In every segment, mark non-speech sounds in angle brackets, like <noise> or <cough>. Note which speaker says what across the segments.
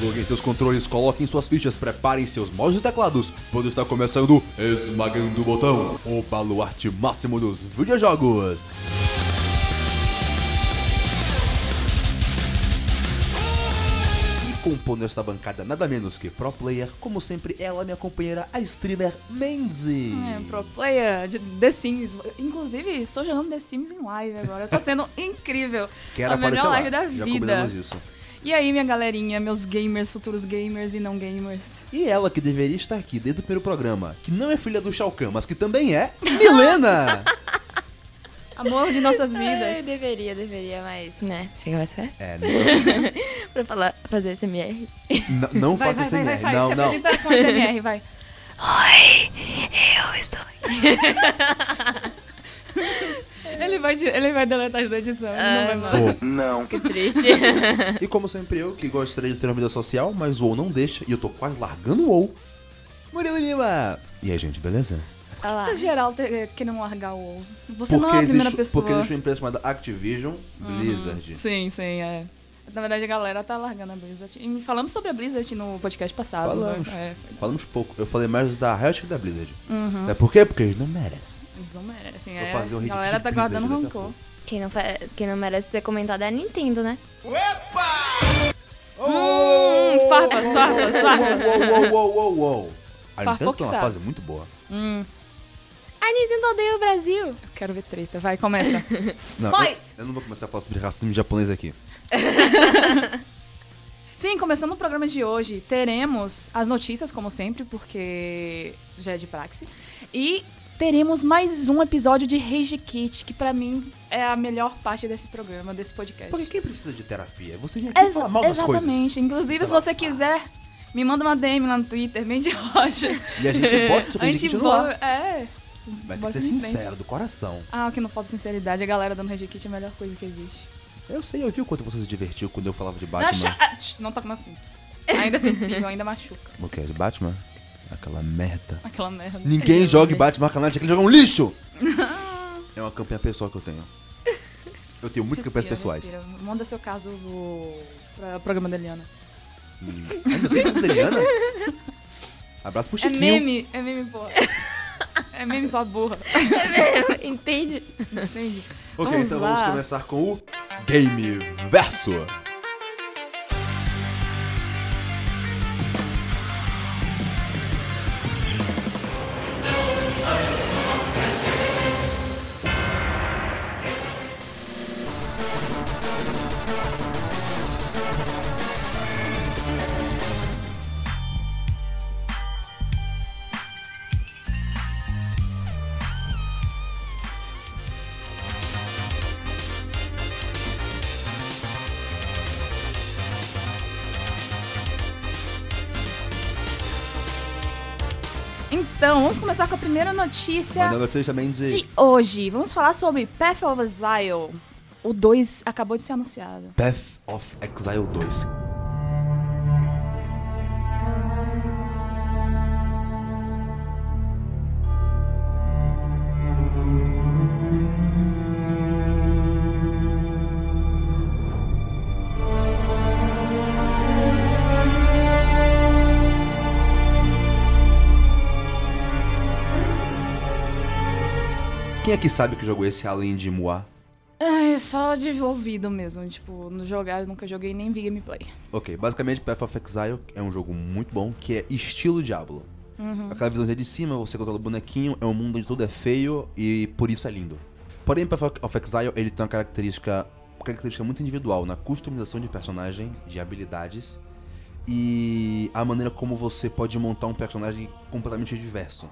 Speaker 1: Joguem seus controles, coloquem suas fichas, preparem seus mouse e teclados, pois está começando Esmagando o Botão, o baluarte máximo dos videojogos. E Compondo esta bancada nada menos que Pro Player, como sempre, ela, minha companheira, a streamer Menzi.
Speaker 2: É, pro player de The Sims. Inclusive, estou jogando The Sims em live agora. Tá
Speaker 1: <laughs>
Speaker 2: sendo incrível.
Speaker 1: Quero
Speaker 2: a
Speaker 1: aparecer
Speaker 2: melhor live
Speaker 1: lá.
Speaker 2: da
Speaker 1: Já
Speaker 2: vida.
Speaker 1: combinamos isso.
Speaker 2: E aí, minha galerinha, meus gamers, futuros gamers e não gamers.
Speaker 1: E ela que deveria estar aqui desde o primeiro programa, que não é filha do Shao Kahn, mas que também
Speaker 2: <laughs>
Speaker 1: é Milena!
Speaker 2: Amor de nossas <laughs>
Speaker 3: Ai,
Speaker 2: vidas.
Speaker 3: deveria, deveria, mas, né? Chega mais fé.
Speaker 1: é, não,
Speaker 3: Pra falar, fazer SMR.
Speaker 1: não, não
Speaker 2: Vai,
Speaker 1: faça
Speaker 2: vai,
Speaker 1: esse
Speaker 2: vai, vai, vai.
Speaker 1: não,
Speaker 2: Se
Speaker 1: não.
Speaker 2: apresenta com SMR, vai.
Speaker 3: Oi, eu estou aqui.
Speaker 2: <laughs> Ele vai, de- ele vai deletar as da edição, ele não vai mais.
Speaker 1: Vou.
Speaker 3: Que <laughs> triste.
Speaker 1: E como sempre eu, que gostaria de ter uma vida social, mas o ou não deixa, e eu tô quase largando o ou. Murilo Lima! E aí, gente, beleza?
Speaker 3: Olha lá.
Speaker 2: Tá geral ter- querendo largar o ovo. Você não é a primeira
Speaker 1: existe,
Speaker 2: pessoa. Uhum.
Speaker 1: porque existe uma empresa chamada Activision Blizzard.
Speaker 2: Sim, sim, é. Na verdade, a galera tá largando a Blizzard. E falamos sobre a Blizzard no podcast passado.
Speaker 1: Falamos.
Speaker 2: né? É,
Speaker 1: Falamos pouco, eu falei mais da Riot que da Blizzard. Uhum. É por quê? Porque eles não merecem.
Speaker 2: eles não merecem.
Speaker 1: Vou
Speaker 2: É,
Speaker 1: fazer um
Speaker 2: a
Speaker 1: rede
Speaker 2: galera
Speaker 1: de
Speaker 2: tá
Speaker 1: Blizzard
Speaker 2: guardando
Speaker 1: daqui a
Speaker 2: rancor.
Speaker 3: Quem não, fa- quem não merece ser comentado é a Nintendo, né?
Speaker 2: Hum, farpas, farpas, farpas.
Speaker 1: Oh! Uou, uou, uou, uou, uou. A Nintendo tá numa
Speaker 2: Farfoxar.
Speaker 1: fase muito boa.
Speaker 3: A Nintendo odeia o Brasil. <laughs>
Speaker 2: Eu Quero ver treta. Vai, começa. <laughs>
Speaker 1: Não, eu,
Speaker 2: Fight!
Speaker 1: eu não vou começar a falar sobre racismo japonês aqui.
Speaker 2: Sim, começando o programa de hoje, teremos as notícias, como sempre, porque já é de praxe. E teremos mais um episódio de Rage Kit, que pra mim é a melhor parte desse programa, desse podcast.
Speaker 1: Porque quem precisa de terapia? Você vem aqui
Speaker 2: Ex-
Speaker 1: falar mal das coisas.
Speaker 2: Exatamente. Inclusive, se
Speaker 1: Sei lá.
Speaker 2: você quiser, me manda uma DM lá no Twitter, bem de rocha.
Speaker 1: E a gente bota isso
Speaker 2: <laughs> A gente
Speaker 1: no ar.
Speaker 2: bo- É.
Speaker 1: Mas tem
Speaker 2: bota
Speaker 1: que ser
Speaker 2: em frente.
Speaker 1: sincero, do coração.
Speaker 2: Ah, que não falta sinceridade. A galera dando Rage Kit é a melhor coisa que existe.
Speaker 1: Eu sei, eu vi o quanto você se divertiu quando eu falava de
Speaker 2: Não,
Speaker 1: Batman.
Speaker 2: cha- ah, tch, não tá como assim. Ainda é sensível, ainda machuca.
Speaker 1: O que é de Batman? Aquela merda.
Speaker 2: Aquela merda.
Speaker 1: Ninguém jogue Batman Arcanite, aquele jogo é um
Speaker 2: <laughs>
Speaker 1: lixo! é uma campanha pessoal que eu tenho. Eu tenho muitas campanhas
Speaker 2: Respira,
Speaker 1: pessoais.
Speaker 2: respira. Manda seu caso pro pra programa da Eliana.
Speaker 1: Hum. Ainda tem como Adriana? Abraço pro
Speaker 2: É
Speaker 1: Chiquinho.
Speaker 2: meme, é meme,
Speaker 1: <laughs>
Speaker 2: pô. É meme sua burra.
Speaker 3: Entende?
Speaker 2: Entende?
Speaker 1: Ok,
Speaker 2: Vamos
Speaker 1: então
Speaker 2: lá.
Speaker 1: vamos começar com o Game Verso.
Speaker 2: Então, vamos começar com a primeira notícia
Speaker 1: Mandando vocês também de.
Speaker 2: de hoje. Vamos falar sobre Path of Exile. O 2 acabou de ser anunciado.
Speaker 1: Path of Exile 2. Quem é que sabe que jogo é esse além de Moa?
Speaker 2: Ai, só de ouvido mesmo. Tipo, no jogar eu nunca joguei nem vi gameplay.
Speaker 1: Ok, basicamente Path of Exile é um jogo muito bom, que é estilo Diablo. Aquela visão de cima, você controla o bonequinho, é um mundo onde tudo é feio e por isso é lindo. Porém, Path of Exile ele tem uma característica, característica muito individual na customização de personagem, de habilidades e a maneira como você pode montar um personagem completamente diverso.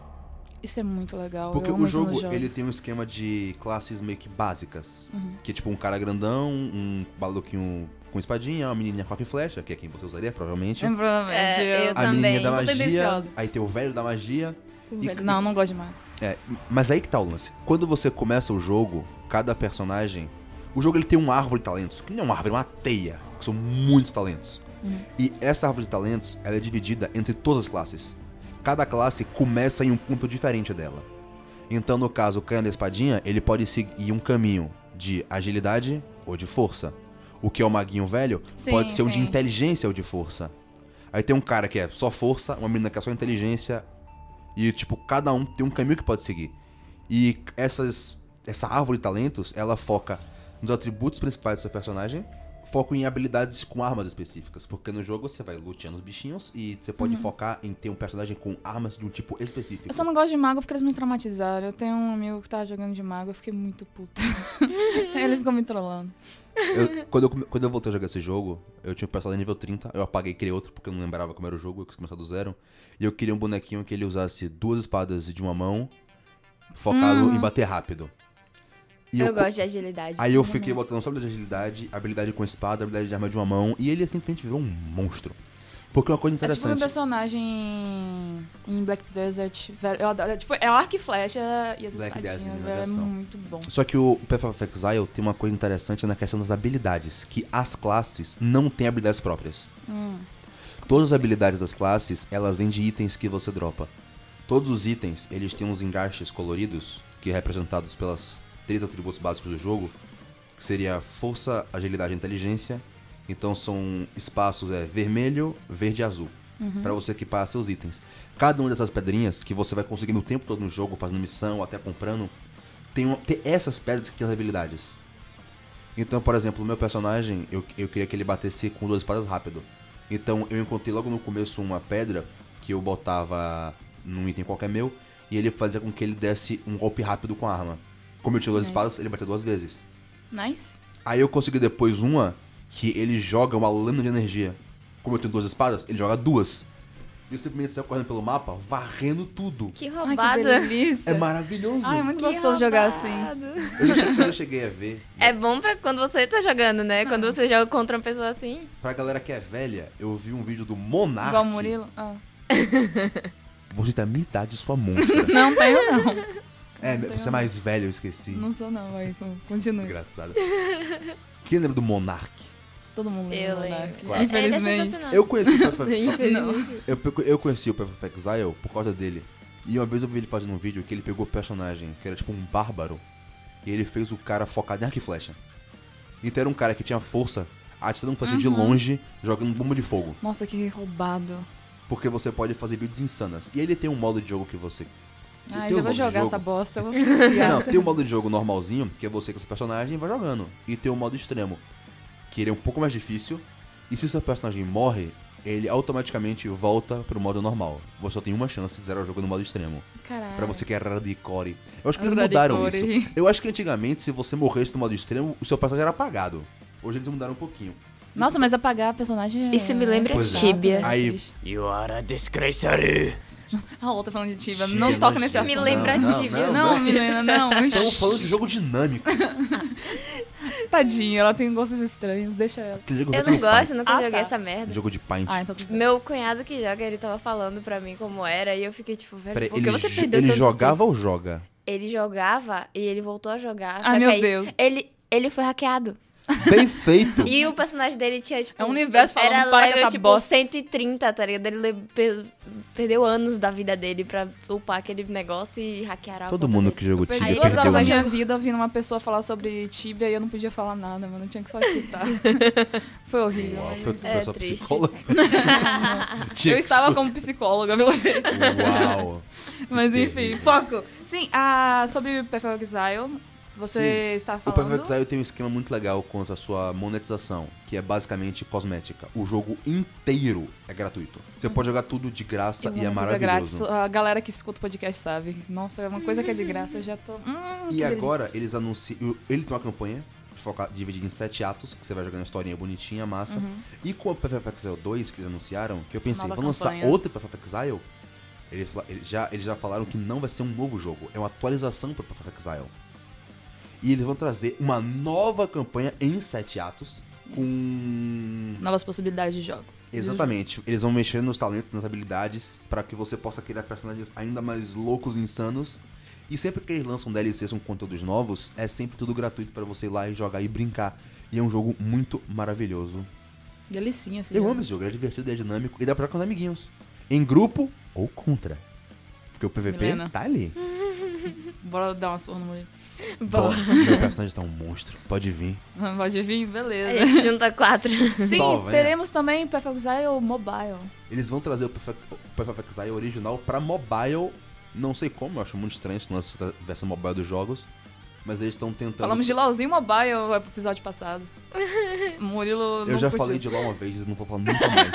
Speaker 2: Isso é muito legal.
Speaker 1: Porque
Speaker 2: eu
Speaker 1: o
Speaker 2: amo isso nos
Speaker 1: jogo,
Speaker 2: jogos.
Speaker 1: ele tem um esquema de classes meio que básicas.
Speaker 2: Uhum.
Speaker 1: Que é tipo um cara grandão, um maluquinho com espadinha, uma menininha com arco e flecha, que é quem você usaria, provavelmente.
Speaker 2: É, provavelmente.
Speaker 3: É,
Speaker 2: eu-
Speaker 3: eu-
Speaker 1: a
Speaker 3: também,
Speaker 1: menininha da
Speaker 2: sou
Speaker 1: magia,
Speaker 2: tendenciosa.
Speaker 1: aí tem o velho da magia. E-
Speaker 2: Não, não gosto de magos.
Speaker 1: É, mas aí que tá o lance. Quando você começa o jogo, cada personagem... O jogo ele tem uma árvore de talentos, que não é uma árvore, é uma teia. que São muitos talentos.
Speaker 2: Hum.
Speaker 1: E essa árvore de talentos, ela é dividida entre todas as classes. Cada classe começa em um ponto diferente dela. Então, no caso, o canhão da espadinha, ele pode seguir um caminho de agilidade ou de força. O que é o maguinho velho
Speaker 2: Sim,
Speaker 1: pode ser um de
Speaker 2: sim.
Speaker 1: inteligência ou de força. Aí tem um cara que é só força, uma menina que é só inteligência. E, tipo, cada um tem um caminho que pode seguir. E essas, essa árvore de talentos, ela foca nos atributos principais do seu personagem, foco em habilidades com armas específicas. Porque no jogo você vai luteando os bichinhos e você pode focar em ter um personagem com armas de um tipo específico.
Speaker 2: Eu só não gosto de mago porque eles me traumatizaram. Eu tenho um amigo que tava jogando de mago, eu fiquei muito puta.
Speaker 3: Uhum.
Speaker 2: <laughs> Ele ficou me trollando. É
Speaker 1: Eu- quando, eu, come- quando eu voltei a jogar esse jogo, eu tinha um personagem nível 30, eu apaguei e criei outro porque eu não lembrava como era o jogo, eu quis começar do zero. E eu queria um bonequinho que ele usasse duas espadas de uma mão, focado em bater rápido. E
Speaker 3: Eu,
Speaker 1: eu co-
Speaker 3: gosto de agilidade.
Speaker 1: Aí eu fiquei botando só habilidade de agilidade, habilidade com espada, habilidade de arma de uma mão, e ele simplesmente virou um monstro. Porque uma coisa
Speaker 2: É tipo meu
Speaker 1: interessante.
Speaker 2: personagem em Black Desert. velho, Eu adoro. é Tipo, é o arco e flecha e as
Speaker 1: Black
Speaker 2: espadinhas.
Speaker 1: Desert, né,
Speaker 2: velho, É
Speaker 1: versão.
Speaker 2: muito bom.
Speaker 1: Só que o Path of Exile tem uma coisa interessante na questão das habilidades, que as classes não têm habilidades próprias.
Speaker 2: Hum.
Speaker 1: Todas as habilidades das classes, elas vêm de itens que você dropa. Todos os itens, eles têm uns engastes coloridos, que é representados pelas três atributos básicos do jogo, que seria força, agilidade e inteligência. Então são espaços é vermelho, verde e azul. Pra você equipar seus itens. Cada uma dessas pedrinhas que você vai conseguindo o tempo todo no jogo, fazendo missão, ou até comprando, tem, uma- tem essas pedras que tem as habilidades. Então, por exemplo, o meu personagem, eu, eu queria que ele batesse com duas espadas rápido. Então, eu encontrei logo no começo uma pedra que eu botava num item qualquer meu e ele fazia com que ele desse um golpe rápido com a arma. Como eu tinha duas
Speaker 2: Nice.
Speaker 1: espadas, ele bateu duas vezes.
Speaker 2: Nice.
Speaker 1: Aí eu consegui depois uma que ele joga uma lâmina de energia. Como eu tenho duas espadas, ele joga duas. E eu simplesmente saio correndo pelo mapa, varrendo tudo.
Speaker 3: Que
Speaker 2: Ai,
Speaker 3: roubada.
Speaker 2: que delícia.
Speaker 1: É maravilhoso.
Speaker 2: Ai, é muito
Speaker 3: Que
Speaker 2: gostoso jogar assim.
Speaker 3: roubada.
Speaker 1: eu,
Speaker 2: <laughs>
Speaker 1: já cheguei, eu já cheguei a ver.
Speaker 3: É bom pra quando você tá jogando, né? Quando você joga contra uma pessoa assim.
Speaker 1: Pra galera que é velha, eu vi um vídeo do Monark.
Speaker 2: Igual o Murilo. Ah.
Speaker 1: Você tem a minha idade, sua monstra.
Speaker 2: <laughs> Não tenho, não.
Speaker 1: é,
Speaker 2: tenho
Speaker 1: você é mais velho, eu esqueci.
Speaker 2: Não sou, não. Vai, continua. <laughs>
Speaker 1: Desgraçado. Quem lembra do Monark?
Speaker 2: Todo mundo
Speaker 3: Eu
Speaker 2: lembra do
Speaker 3: lembro.
Speaker 2: Monark.
Speaker 1: Claro.
Speaker 3: Ele é
Speaker 2: Infelizmente.
Speaker 3: sensacional.
Speaker 1: Eu conheci o Perfect
Speaker 2: <laughs>
Speaker 3: Infelizmente.
Speaker 1: eu, pe- eu conheci o Perfect Exile por causa dele. E uma vez eu vi ele fazendo um vídeo que ele pegou o personagem, que era tipo um bárbaro, e ele fez o cara focado em arco e flecha. Então era um cara que tinha força, atirando flecha
Speaker 2: Uhum.
Speaker 1: de longe, jogando bomba de fogo.
Speaker 2: Nossa, que roubado.
Speaker 1: Porque você pode fazer builds insanas. E ele tem um modo de jogo que você.
Speaker 2: Ai,
Speaker 1: tem um modo
Speaker 2: Ah, já vou
Speaker 1: de
Speaker 2: jogar
Speaker 1: jogo-
Speaker 2: essa bosta. <laughs> Eu vou
Speaker 1: Não,
Speaker 2: viciar.
Speaker 1: tem um modo de jogo normalzinho, que é você com seu personagem e vai jogando. E tem o modo extremo, que ele é um pouco mais difícil. E se o seu personagem morre, ele automaticamente volta pro modo normal. Você só tem uma chance de zerar o jogo no modo extremo.
Speaker 2: Caralho.
Speaker 3: Ah.
Speaker 1: Pra você que é radicore. Eu acho que eles
Speaker 2: Radicore.
Speaker 1: mudaram isso. Eu acho que antigamente, se você morresse no modo extremo, o seu personagem era apagado. Hoje eles mudaram um pouquinho.
Speaker 2: Nossa, mas apagar a personagem. é-
Speaker 3: Isso me lembra
Speaker 2: é
Speaker 1: Pois é.
Speaker 3: Tibia.
Speaker 2: né?
Speaker 1: Aí-
Speaker 2: Triste.
Speaker 4: You are a disgraceary.
Speaker 2: A outra falando de Tibia.
Speaker 1: Tibia,
Speaker 2: Não toca nesse
Speaker 1: nojento.
Speaker 2: assunto.
Speaker 3: Me lembra
Speaker 1: Não,
Speaker 3: Tibia.
Speaker 1: não,
Speaker 2: Não, menina, não.
Speaker 1: <laughs> Estamos falando de jogo dinâmico.
Speaker 2: Tadinha, ela tem gostos estranhos. Deixa ela.
Speaker 1: Aquele jogo
Speaker 3: Eu
Speaker 1: feito
Speaker 3: não
Speaker 1: no Paint.
Speaker 3: gosto, eu nunca
Speaker 2: Ah,
Speaker 3: joguei
Speaker 2: tá.
Speaker 3: essa merda.
Speaker 1: Jogo de Paint.
Speaker 2: Ah, então tudo bem.
Speaker 3: Meu cunhado que joga, ele tava falando pra mim como era e eu fiquei tipo, velho,
Speaker 1: Peraí,
Speaker 3: por que
Speaker 1: ele,
Speaker 3: você
Speaker 1: jo-
Speaker 3: perdeu
Speaker 1: ele
Speaker 3: tanto
Speaker 1: jogava
Speaker 3: tempo?
Speaker 1: ou joga?
Speaker 3: Ele jogava e ele voltou a jogar.
Speaker 2: Ai,
Speaker 3: só
Speaker 2: meu
Speaker 3: que aí
Speaker 2: Deus.
Speaker 3: Ele, ele foi hackeado.
Speaker 1: Bem feito!
Speaker 3: E o personagem dele tinha, tipo...
Speaker 2: É o universo falando, para
Speaker 3: era
Speaker 2: com
Speaker 3: level,
Speaker 2: essa
Speaker 3: tipo,
Speaker 2: bosta.
Speaker 3: 130, tá ligado? Ele le- per- perdeu anos da vida dele pra upar aquele negócio e
Speaker 2: Tá
Speaker 3: hackear a
Speaker 1: Todo
Speaker 3: conta
Speaker 1: mundo
Speaker 3: dele.
Speaker 1: que jogou
Speaker 2: Perdi
Speaker 1: Tibia
Speaker 2: duas
Speaker 1: perdeu
Speaker 2: horas da
Speaker 1: um
Speaker 2: minha vida ouvindo uma pessoa falar sobre Tibia e eu não podia falar nada, mano. Eu tinha que só
Speaker 3: <laughs>
Speaker 2: escutar. Foi horrível.
Speaker 1: Uau,
Speaker 2: mas-
Speaker 1: foi, foi
Speaker 3: É
Speaker 1: sua
Speaker 3: triste.
Speaker 2: <laughs>
Speaker 1: psicóloga? Tinha
Speaker 2: Eu
Speaker 1: que
Speaker 2: estava como psicóloga, pelo menos.
Speaker 1: escutar.
Speaker 2: <laughs>
Speaker 1: Uau!
Speaker 2: Mas enfim, foco. Sim, ah, sobre Perfect Exile, você está
Speaker 1: O
Speaker 2: falando...
Speaker 1: Perfect Exile tem um esquema muito legal quanto à sua monetização, que é basicamente cosmética. O jogo inteiro é gratuito. Você pode jogar tudo de graça
Speaker 2: Eu
Speaker 1: e é
Speaker 2: amo coisa grátis.
Speaker 1: maravilhoso.
Speaker 2: A galera que escuta o podcast sabe. Nossa, é uma coisa que é de graça, eu já tô. Hum, que
Speaker 1: E agora eles anunciam. Ele tem uma campanha foca- dividida em sete atos, que você vai jogando a historinha bonitinha, massa. E com o PvP Exile 2 que eles anunciaram, que eu pensei,
Speaker 2: Uhum. Nova
Speaker 1: vão lançar
Speaker 2: campanha.
Speaker 1: outro PvP Exile? Eles, fala- eles já, eles já falaram que não vai ser um novo jogo, é uma atualização pro PvP Exile. E eles vão trazer uma nova campanha em sete atos, com
Speaker 2: delícia. Novas possibilidades de jogo.
Speaker 1: Exatamente. Eles vão mexer nos talentos, nas habilidades, pra que você possa criar personagens ainda mais loucos e insanos. E sempre que eles lançam DLCs com conteúdos novos, é sempre tudo gratuito pra você ir lá e jogar e brincar. E é um jogo muito maravilhoso.
Speaker 2: Delicinha, assim.
Speaker 1: Eu
Speaker 2: né?
Speaker 1: amo esse jogo, ele é divertido, ele é dinâmico e dá pra jogar com os amiguinhos. Em grupo ou contra. Porque o PVP
Speaker 2: Milena.
Speaker 1: tá ali.
Speaker 2: Bora dar uma surra no <laughs> Murilo.
Speaker 1: Pô,
Speaker 3: Bom,
Speaker 1: meu personagem tá um monstro. Pode vir.
Speaker 2: Pode vir,
Speaker 3: <laughs> a
Speaker 2: beleza.
Speaker 3: gente
Speaker 2: <laughs>
Speaker 3: junta quatro.
Speaker 2: Sim,
Speaker 1: Só, velho.
Speaker 2: teremos também Perfect Exile Mobile.
Speaker 1: Eles vão trazer o Perfect, o Perfect Exile original pra mobile. Não sei como, eu acho muito estranho esse lance da versão mobile dos jogos. Mas eles estão tentando.
Speaker 2: Falamos de LOLzinho Mobile no episódio
Speaker 3: <laughs>
Speaker 2: passado. Murilo não
Speaker 1: Eu já
Speaker 2: curtiu.
Speaker 1: falei de LOL uma vez, eu não vou falar nunca
Speaker 2: <laughs>
Speaker 1: mais.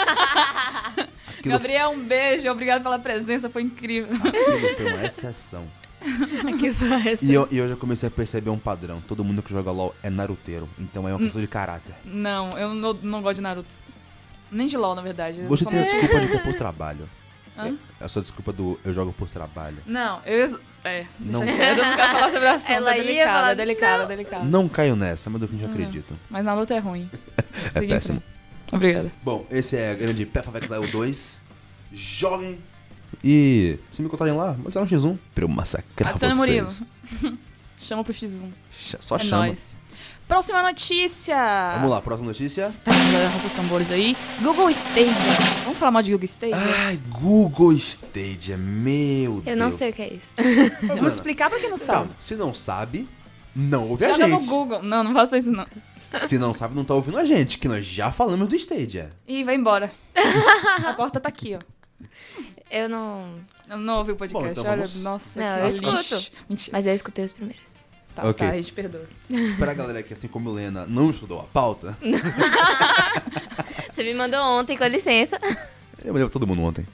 Speaker 1: Aquilo,
Speaker 2: Gabriel, um beijo. Obrigado pela presença, foi incrível.
Speaker 1: aquilo foi uma exceção.
Speaker 3: Aqui vai.
Speaker 1: E eu, e eu já comecei a perceber um padrão. Todo mundo que joga LOL é naruteiro. Então é
Speaker 2: Hum.
Speaker 1: uma questão de caráter.
Speaker 2: Não, eu não, não gosto de Naruto. Nem de LOL, na verdade. Eu
Speaker 1: Você
Speaker 2: sou
Speaker 1: tem a
Speaker 2: muito-
Speaker 1: desculpa
Speaker 2: <laughs>
Speaker 1: de que é por trabalho.
Speaker 2: Hã?
Speaker 1: É a sua desculpa do eu jogo por trabalho.
Speaker 2: Não, eu... É,
Speaker 1: Não.
Speaker 2: deixa quieto. Eu não quero falar sobre a assunto.
Speaker 3: Ela
Speaker 2: é
Speaker 3: ia
Speaker 2: delicado,
Speaker 3: falar,
Speaker 2: é delicado, é delicado.
Speaker 1: Não caio nessa, mas eu
Speaker 2: Hum.
Speaker 1: já acredito.
Speaker 2: Mas Naruto é
Speaker 1: <laughs>
Speaker 2: ruim. Siga em
Speaker 1: péssimo.
Speaker 2: frente. Obrigada.
Speaker 1: Bom, esse é a grande Perfect Exile 2. Joguem! E se me encontrarem lá, vou tirar um X1 pra eu massacrar
Speaker 2: Adicione
Speaker 1: vocês.
Speaker 2: Murilo. <laughs> Chama pro X1.
Speaker 1: Ch- Só
Speaker 2: é
Speaker 1: chama.
Speaker 2: nóis. Próxima notícia.
Speaker 1: Vamos lá, próxima notícia.
Speaker 2: Tá, galera, arranca os tambores aí. Google Stadia. Vamos falar mal de Google Stadia?
Speaker 1: Ai, Google Stadia, meu Deus.
Speaker 3: Eu não sei o que é isso.
Speaker 2: Vamos explicar pra quem não sabe.
Speaker 1: Calma, se não sabe, não ouve Então, a
Speaker 2: Joga no
Speaker 1: gente.
Speaker 2: Google. Não, não faça isso não.
Speaker 1: Se não sabe, não tá ouvindo a gente, que nós já falamos do Stadia.
Speaker 2: <laughs> E
Speaker 1: <laughs>
Speaker 2: vai embora. a porta tá aqui, ó.
Speaker 3: Eu não.
Speaker 2: Não, não ouvi o podcast.
Speaker 1: Bom, então
Speaker 2: Olha,
Speaker 1: vamos-
Speaker 2: nossa,
Speaker 3: Não,
Speaker 2: que
Speaker 3: eu
Speaker 2: lixo.
Speaker 3: escuto.
Speaker 2: Mentira.
Speaker 3: Mas eu escutei os primeiros.
Speaker 2: Tá,
Speaker 1: Ok.
Speaker 2: tá, a gente perdoa.
Speaker 1: Pra galera que, assim como Helena, não estudou a pauta,
Speaker 3: Você me mandou ontem,
Speaker 2: <laughs>
Speaker 3: com licença.
Speaker 1: eu mandei pra todo mundo ontem.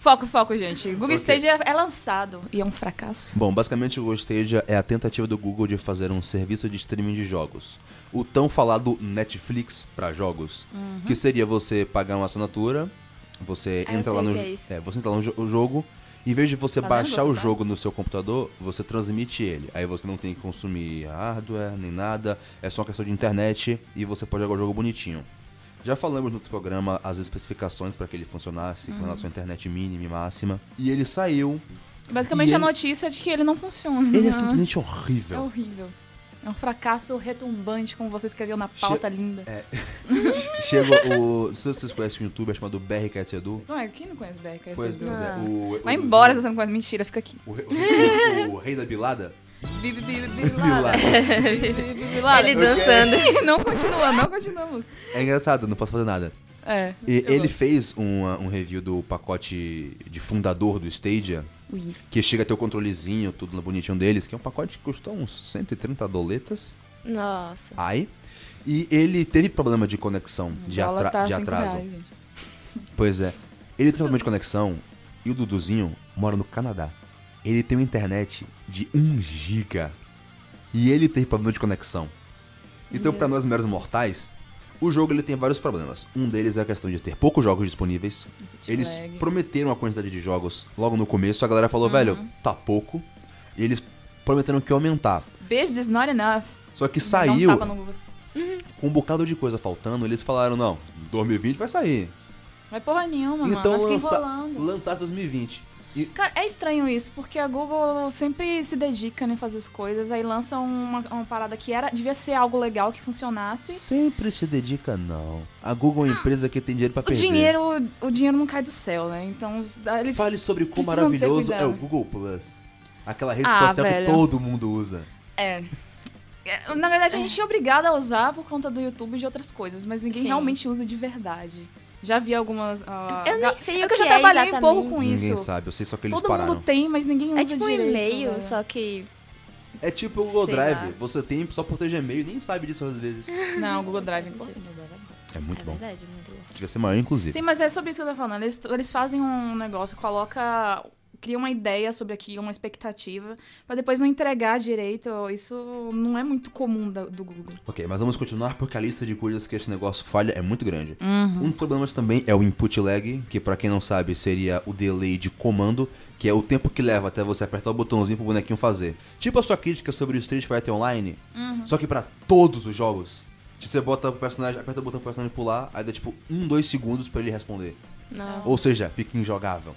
Speaker 2: Foco, foco, gente. Google
Speaker 1: Ok.
Speaker 2: Stadia é lançado e é um fracasso.
Speaker 1: Bom, basicamente o Google Stadia é a tentativa do Google de fazer um serviço de streaming de jogos. O tão falado Netflix pra jogos, que seria você pagar uma assinatura, você
Speaker 3: Uhum. Ah, eu
Speaker 1: entra
Speaker 3: sei
Speaker 1: lá
Speaker 3: o
Speaker 1: no
Speaker 3: que é
Speaker 1: jo-
Speaker 3: isso.
Speaker 1: é, você entra lá no jo- o jogo em vez de você
Speaker 2: Tá vendo?
Speaker 1: baixar
Speaker 2: Você
Speaker 1: o
Speaker 2: sabe.
Speaker 1: jogo no seu computador, você transmite ele. Aí você não tem que consumir hardware nem nada, é só uma questão de internet e você pode jogar o jogo bonitinho. Já falamos no outro programa as especificações para que ele funcionasse,
Speaker 3: Uhum.
Speaker 1: com relação à internet mínima e máxima. E ele saiu
Speaker 2: Basicamente
Speaker 1: E
Speaker 2: a
Speaker 1: ele-
Speaker 2: notícia é de que ele não funciona.
Speaker 1: ele é
Speaker 3: Uhum.
Speaker 2: né?
Speaker 1: simplesmente
Speaker 2: É
Speaker 1: horrível.
Speaker 2: horrível. É um fracasso retumbante, como você escreveu na pauta linda.
Speaker 1: é. Chega o. Não sei se vocês conhecem um youtuber chamado BRKS Edu.
Speaker 2: Não, é, quem não conhece Beck? É
Speaker 1: Pois
Speaker 2: esse
Speaker 1: pois
Speaker 2: do-
Speaker 1: é, o-
Speaker 2: Vai
Speaker 1: o-
Speaker 2: embora se você não conhece. Mentira, fica aqui.
Speaker 1: O, o, o- o rei da bilada?
Speaker 2: Bi, bi, bi, bi,
Speaker 1: Bilada.
Speaker 2: bilada. Bi, bi, bi, bilada.
Speaker 3: Ele dançando.
Speaker 2: <laughs> Não continua, não continuamos.
Speaker 1: É engraçado, não posso fazer nada.
Speaker 2: É.
Speaker 1: E
Speaker 2: eu
Speaker 1: ele
Speaker 2: gosto.
Speaker 1: fez um, uh, um review do pacote de fundador do Stadia,
Speaker 2: Ui.
Speaker 1: que chega a ter o controlezinho, tudo bonitinho deles, que é um pacote que custou uns 130 doletas.
Speaker 3: Nossa.
Speaker 1: Ai. E ele teve problema de conexão, de,
Speaker 2: O dólar
Speaker 1: atra-
Speaker 2: tá
Speaker 1: de
Speaker 2: cinco
Speaker 1: atraso.
Speaker 2: reais, gente.
Speaker 1: Pois é. Ele tem problema de conexão e o Duduzinho mora no Canadá. Ele tem uma internet de 1 giga. E ele tem problema de conexão. Então, pra nós meros mortais, o jogo ele tem vários problemas. Um deles é a questão de ter poucos jogos disponíveis. Eles
Speaker 2: lag. Uhum.
Speaker 1: prometeram a quantidade de jogos logo no começo. A galera falou, velho, tá pouco. E eles prometeram que ia aumentar.
Speaker 2: Beijo is not enough.
Speaker 1: Só que
Speaker 2: Dá um
Speaker 1: saiu
Speaker 2: tapa no Google.
Speaker 1: com um bocado de coisa faltando. Eles falaram, não, 2020 vai sair.
Speaker 2: Mas é porra nenhuma,
Speaker 1: então
Speaker 2: mano. Ela
Speaker 1: lança...
Speaker 2: Fica enrolando.
Speaker 1: lançar 2020. E
Speaker 2: Cara, é estranho isso, porque a Google sempre se dedica em fazer as coisas, aí lança uma, uma parada que era, devia ser algo legal que funcionasse.
Speaker 1: Sempre se dedica, não. A Google é uma empresa que tem dinheiro pra
Speaker 2: Ah, O
Speaker 1: perder.
Speaker 2: dinheiro, o dinheiro não cai do céu, né? Então, eles
Speaker 1: Fale sobre como
Speaker 2: Precisam
Speaker 1: maravilhoso
Speaker 2: ter
Speaker 1: é
Speaker 2: cuidado.
Speaker 1: o Google Plus. Aquela rede
Speaker 2: Ah,
Speaker 1: social
Speaker 2: velho.
Speaker 1: que todo mundo usa.
Speaker 2: É. É, Na verdade, a gente é obrigada a usar por conta do YouTube e de outras coisas, mas ninguém
Speaker 3: Sim.
Speaker 2: realmente usa de verdade. Já vi algumas. ah,
Speaker 3: Eu
Speaker 2: ga-
Speaker 3: nem sei
Speaker 2: é
Speaker 3: o
Speaker 2: que eu já
Speaker 3: que é
Speaker 2: trabalhei um pouco
Speaker 3: exatamente.
Speaker 2: com
Speaker 1: Ninguém
Speaker 2: isso.
Speaker 1: sabe, eu sei só que eles
Speaker 2: Todo
Speaker 1: pararam.
Speaker 2: mundo tem, mas ninguém usa
Speaker 3: É tipo um
Speaker 2: direito. né?
Speaker 3: e-mail,
Speaker 2: velho.
Speaker 3: só que.
Speaker 1: É tipo o
Speaker 3: Sei
Speaker 1: Google
Speaker 3: lá.
Speaker 1: Drive. Você tem só por ter Gmail, nem sabe disso às
Speaker 2: <laughs>
Speaker 1: vezes.
Speaker 2: Não, o Google Drive é importante.
Speaker 3: É
Speaker 1: É muito bom.
Speaker 3: verdade, muito bom.
Speaker 1: Devia ser maior, inclusive.
Speaker 2: Sim, mas é sobre isso que eu tô falando. Eles, eles fazem um negócio, coloca. Cria uma ideia sobre aquilo, uma expectativa, pra depois não entregar direito. Isso não é muito comum da- do Google.
Speaker 1: Ok, mas vamos continuar porque a lista de coisas que esse negócio falha é muito grande. Um dos problemas também é o input lag, que pra quem não sabe seria o delay de comando, que é o tempo que leva até você apertar o botãozinho pro bonequinho fazer. Tipo a sua crítica sobre o Street Fighter Online, só que pra todos os jogos. Se Você bota o personagem, aperta o botão pro personagem pular, aí dá tipo um, dois segundos pra ele responder.
Speaker 3: Nossa.
Speaker 1: Ou seja, fica injogável.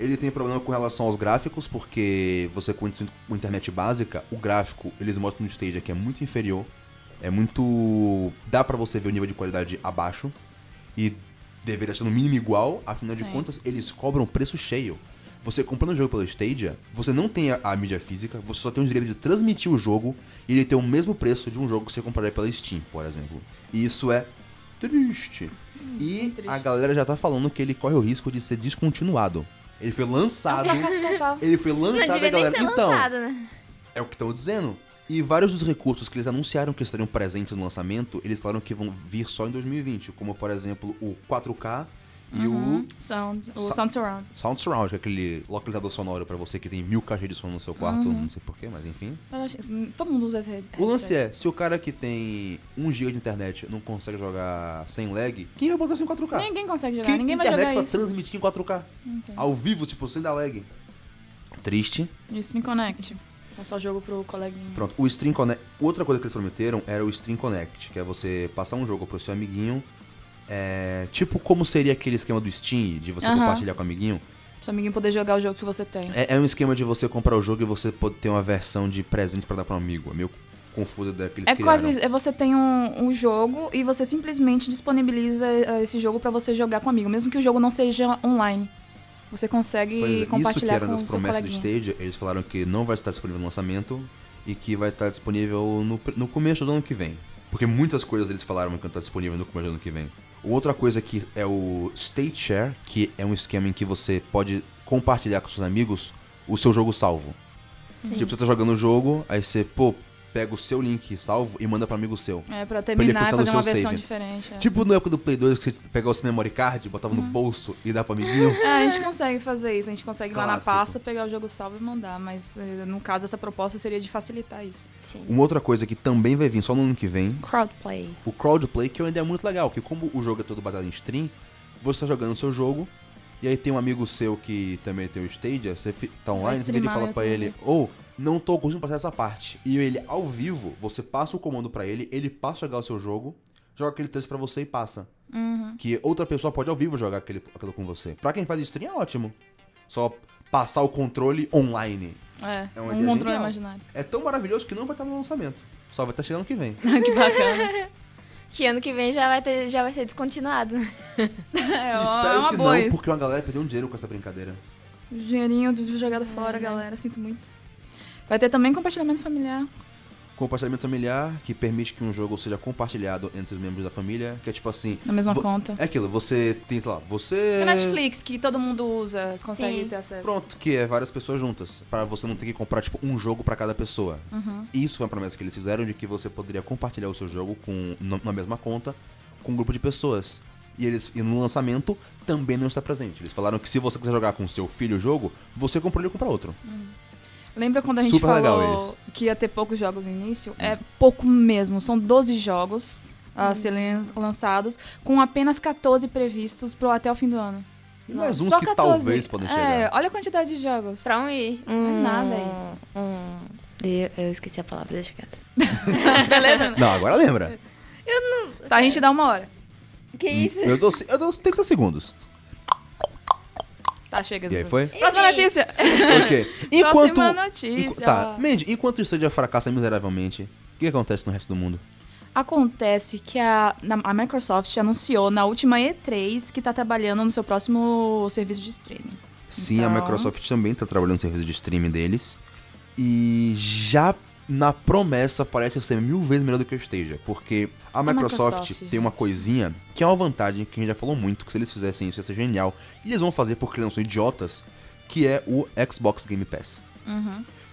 Speaker 1: Ele tem problema com relação aos gráficos, porque você com isso- com internet básica, o gráfico eles mostram no stage que é muito inferior. É muito. dá pra você ver o nível de qualidade abaixo. E deveria ser no mínimo igual, afinal de
Speaker 2: Sim.
Speaker 1: contas, eles cobram preço cheio. Você comprando o jogo pela Stadia, você não tem a, a mídia física, você só tem o direito de transmitir o jogo e ele tem o mesmo preço de um jogo que você compraria pela Steam, por exemplo. E isso é triste.
Speaker 3: Hum,
Speaker 1: E
Speaker 2: triste.
Speaker 1: a galera já tá falando que ele corre o risco de ser descontinuado. Ele foi lançado.
Speaker 3: total.
Speaker 1: Ele foi
Speaker 3: Não
Speaker 1: lançado, e a
Speaker 3: devia nem
Speaker 1: galera.
Speaker 3: ser
Speaker 1: então,
Speaker 3: lançado, né?
Speaker 1: é o que estão dizendo. E vários dos recursos que eles anunciaram que estariam presentes no lançamento, eles falaram que vão vir só em 2020, como por exemplo o 4K e
Speaker 2: Uhum.
Speaker 1: o
Speaker 2: Sound, o
Speaker 1: Sa-
Speaker 2: Sound Surround.
Speaker 1: Sound Surround, que é aquele localizador sonoro pra você que tem mil caixas de som no seu quarto,
Speaker 2: Uhum.
Speaker 1: não sei porquê, mas enfim.
Speaker 2: Eu acho que Todo mundo usa esse headset.
Speaker 1: O lance é, se o cara que tem 1 GB de internet não consegue jogar sem lag, quem vai botar isso em 4K?
Speaker 2: Ninguém consegue jogar,
Speaker 1: Quem tem
Speaker 2: ninguém vai
Speaker 1: Tá. internet
Speaker 2: jogar
Speaker 1: pra
Speaker 2: isso.
Speaker 1: transmitir em 4K? Ao vivo, tipo, sem dar lag. Triste.
Speaker 2: Isso me connect. Passar o jogo pro coleguinha.
Speaker 1: Pronto, o Stream Connect. Outra coisa que eles prometeram era o Stream Connect, que é você passar um jogo pro seu amiguinho. é, tipo como seria aquele esquema do Steam, de você
Speaker 2: Aham.
Speaker 1: compartilhar com o amiguinho.
Speaker 2: Pra seu amiguinho poder jogar o jogo que você tem.
Speaker 1: É, é um esquema de você comprar o jogo e você poder ter uma versão de presente pra dar pra um amigo. É meio confuso daqueles
Speaker 2: É quase. É você tem um, um jogo e você simplesmente disponibiliza eh, esse jogo pra você jogar com um amigo, mesmo que o jogo não seja online. Você consegue
Speaker 1: é, isso que
Speaker 2: compartilhar
Speaker 1: era
Speaker 2: com o
Speaker 1: das
Speaker 2: seu
Speaker 1: promessas do
Speaker 2: coleguinha.
Speaker 1: Stadia, eles falaram que não vai estar disponível no lançamento e que vai estar disponível no, pr- no começo do ano que vem. Porque muitas coisas eles falaram que não está disponível no começo do ano que vem. Outra coisa que é o State Share, que é um esquema em que você pode compartilhar com seus amigos o seu jogo salvo. Tipo, você tá jogando o jogo, aí você, pô, pega o seu link salvo e manda para amigo seu.
Speaker 2: É, pra
Speaker 1: ele
Speaker 2: terminar
Speaker 1: cortar no
Speaker 2: e fazer uma
Speaker 1: seu
Speaker 2: versão
Speaker 1: save.
Speaker 2: diferente. é.
Speaker 1: Tipo na época do Play 2 que você pegava o seu memory card, botava
Speaker 2: Uhum.
Speaker 1: no bolso e dava pro
Speaker 2: <laughs>
Speaker 1: amiguinho.
Speaker 2: É, a gente consegue fazer isso, a gente consegue ir lá na
Speaker 1: Clássico.
Speaker 2: pasta, pegar o jogo salvo e mandar, mas eh, no caso essa proposta seria de facilitar isso.
Speaker 3: Sim.
Speaker 1: Uma outra coisa que também vai vir só no ano que vem
Speaker 3: Crowdplay.
Speaker 1: O um Crowdplay, que é uma ideia muito legal, que como o jogo é todo baseado em stream, você tá jogando o seu jogo, e aí tem um amigo seu que também tem o Stadia, você fi- tá online, você vira e
Speaker 2: streamar
Speaker 1: fala
Speaker 2: no
Speaker 1: pra
Speaker 2: YouTube.
Speaker 1: ele, ou não tô conseguindo passar essa parte. E ele, ao vivo, você passa o comando pra ele, ele passa a jogar o seu jogo, joga aquele texto pra você e passa. Que outra pessoa pode ao vivo jogar aquele, aquilo com você. Pra quem faz stream é ótimo. Só passar o controle online.
Speaker 2: É,
Speaker 1: É
Speaker 2: um
Speaker 1: uma
Speaker 2: controle
Speaker 1: ideia genial.
Speaker 2: imaginário. <laughs>
Speaker 1: É tão maravilhoso que não vai estar no lançamento. Só vai estar chegando ano que vem.
Speaker 2: que
Speaker 1: <laughs>
Speaker 2: bacana.
Speaker 3: Que ano que vem já vai, ter, já vai ser descontinuado. né?
Speaker 2: É,
Speaker 1: Espero
Speaker 2: é uma
Speaker 1: que
Speaker 2: boa
Speaker 1: não,
Speaker 2: isso.
Speaker 1: porque uma galera perdeu um dinheiro com essa brincadeira.
Speaker 2: Dinheirinho de- de
Speaker 1: É,
Speaker 2: jogado
Speaker 1: né?
Speaker 2: fora, galera, sinto muito. Vai ter também compartilhamento familiar.
Speaker 1: Compartilhamento familiar, que permite que um jogo seja compartilhado entre os membros da família, que é tipo assim.
Speaker 2: Na mesma
Speaker 1: vo-
Speaker 2: conta.
Speaker 1: É aquilo, você tem, sei lá, você.
Speaker 2: É Netflix, que todo mundo usa, consegue
Speaker 3: Sim.
Speaker 2: ter acesso.
Speaker 1: Pronto, que é várias pessoas juntas, Pra você não ter que comprar tipo um jogo pra cada pessoa.
Speaker 2: Hum. Uhum.
Speaker 1: Isso foi uma promessa que eles fizeram de que você poderia compartilhar o seu jogo com na- na mesma conta com um grupo de pessoas. E eles e no lançamento também não está presente. Eles falaram que se você quiser jogar com seu filho o jogo, você compra ele e compra outro.
Speaker 2: Lembra quando a gente
Speaker 1: Super legal Hum.
Speaker 2: falou que ia ter poucos jogos no início? É pouco mesmo, são 12 jogos a serem lan- lançados, com apenas 14 previstos pro até o fim do ano.
Speaker 1: E mais uns
Speaker 2: Hum. Só
Speaker 1: que
Speaker 2: 14.
Speaker 1: talvez podem
Speaker 2: É,
Speaker 1: chegar.
Speaker 2: olha a quantidade de jogos. é
Speaker 3: <laughs> Pra um e... Um,
Speaker 2: nada
Speaker 1: Hum.
Speaker 2: isso.
Speaker 3: Um... Eu, eu esqueci a palavra, deixa quieto.
Speaker 1: Não, agora lembra.
Speaker 2: Tá, a gente dá uma hora.
Speaker 3: Que isso?
Speaker 1: Eu dou, eu dou 30 segundos.
Speaker 2: Tá, chega.
Speaker 1: E aí foi?
Speaker 2: Próxima
Speaker 3: Enfim.
Speaker 2: notícia.
Speaker 1: Ok. Enquanto.
Speaker 2: Próxima notícia.
Speaker 1: enqu- tá, Mandy, enquanto o Stadia fracassa miseravelmente, o que acontece no resto do mundo?
Speaker 2: Acontece que a, na- a Microsoft anunciou na última E3 que tá trabalhando no seu próximo serviço de streaming.
Speaker 1: Sim, a
Speaker 2: Então.
Speaker 1: Microsoft também tá trabalhando no serviço de streaming deles. E já na promessa parece ser mil vezes melhor do que o Stadia. Porque a Microsoft,
Speaker 2: Microsoft,
Speaker 1: tem
Speaker 2: gente.
Speaker 1: uma coisinha que é uma vantagem que a gente já falou muito, que se eles fizessem isso ia ser genial. E eles vão fazer porque eles não são idiotas, que é o Xbox Game Pass.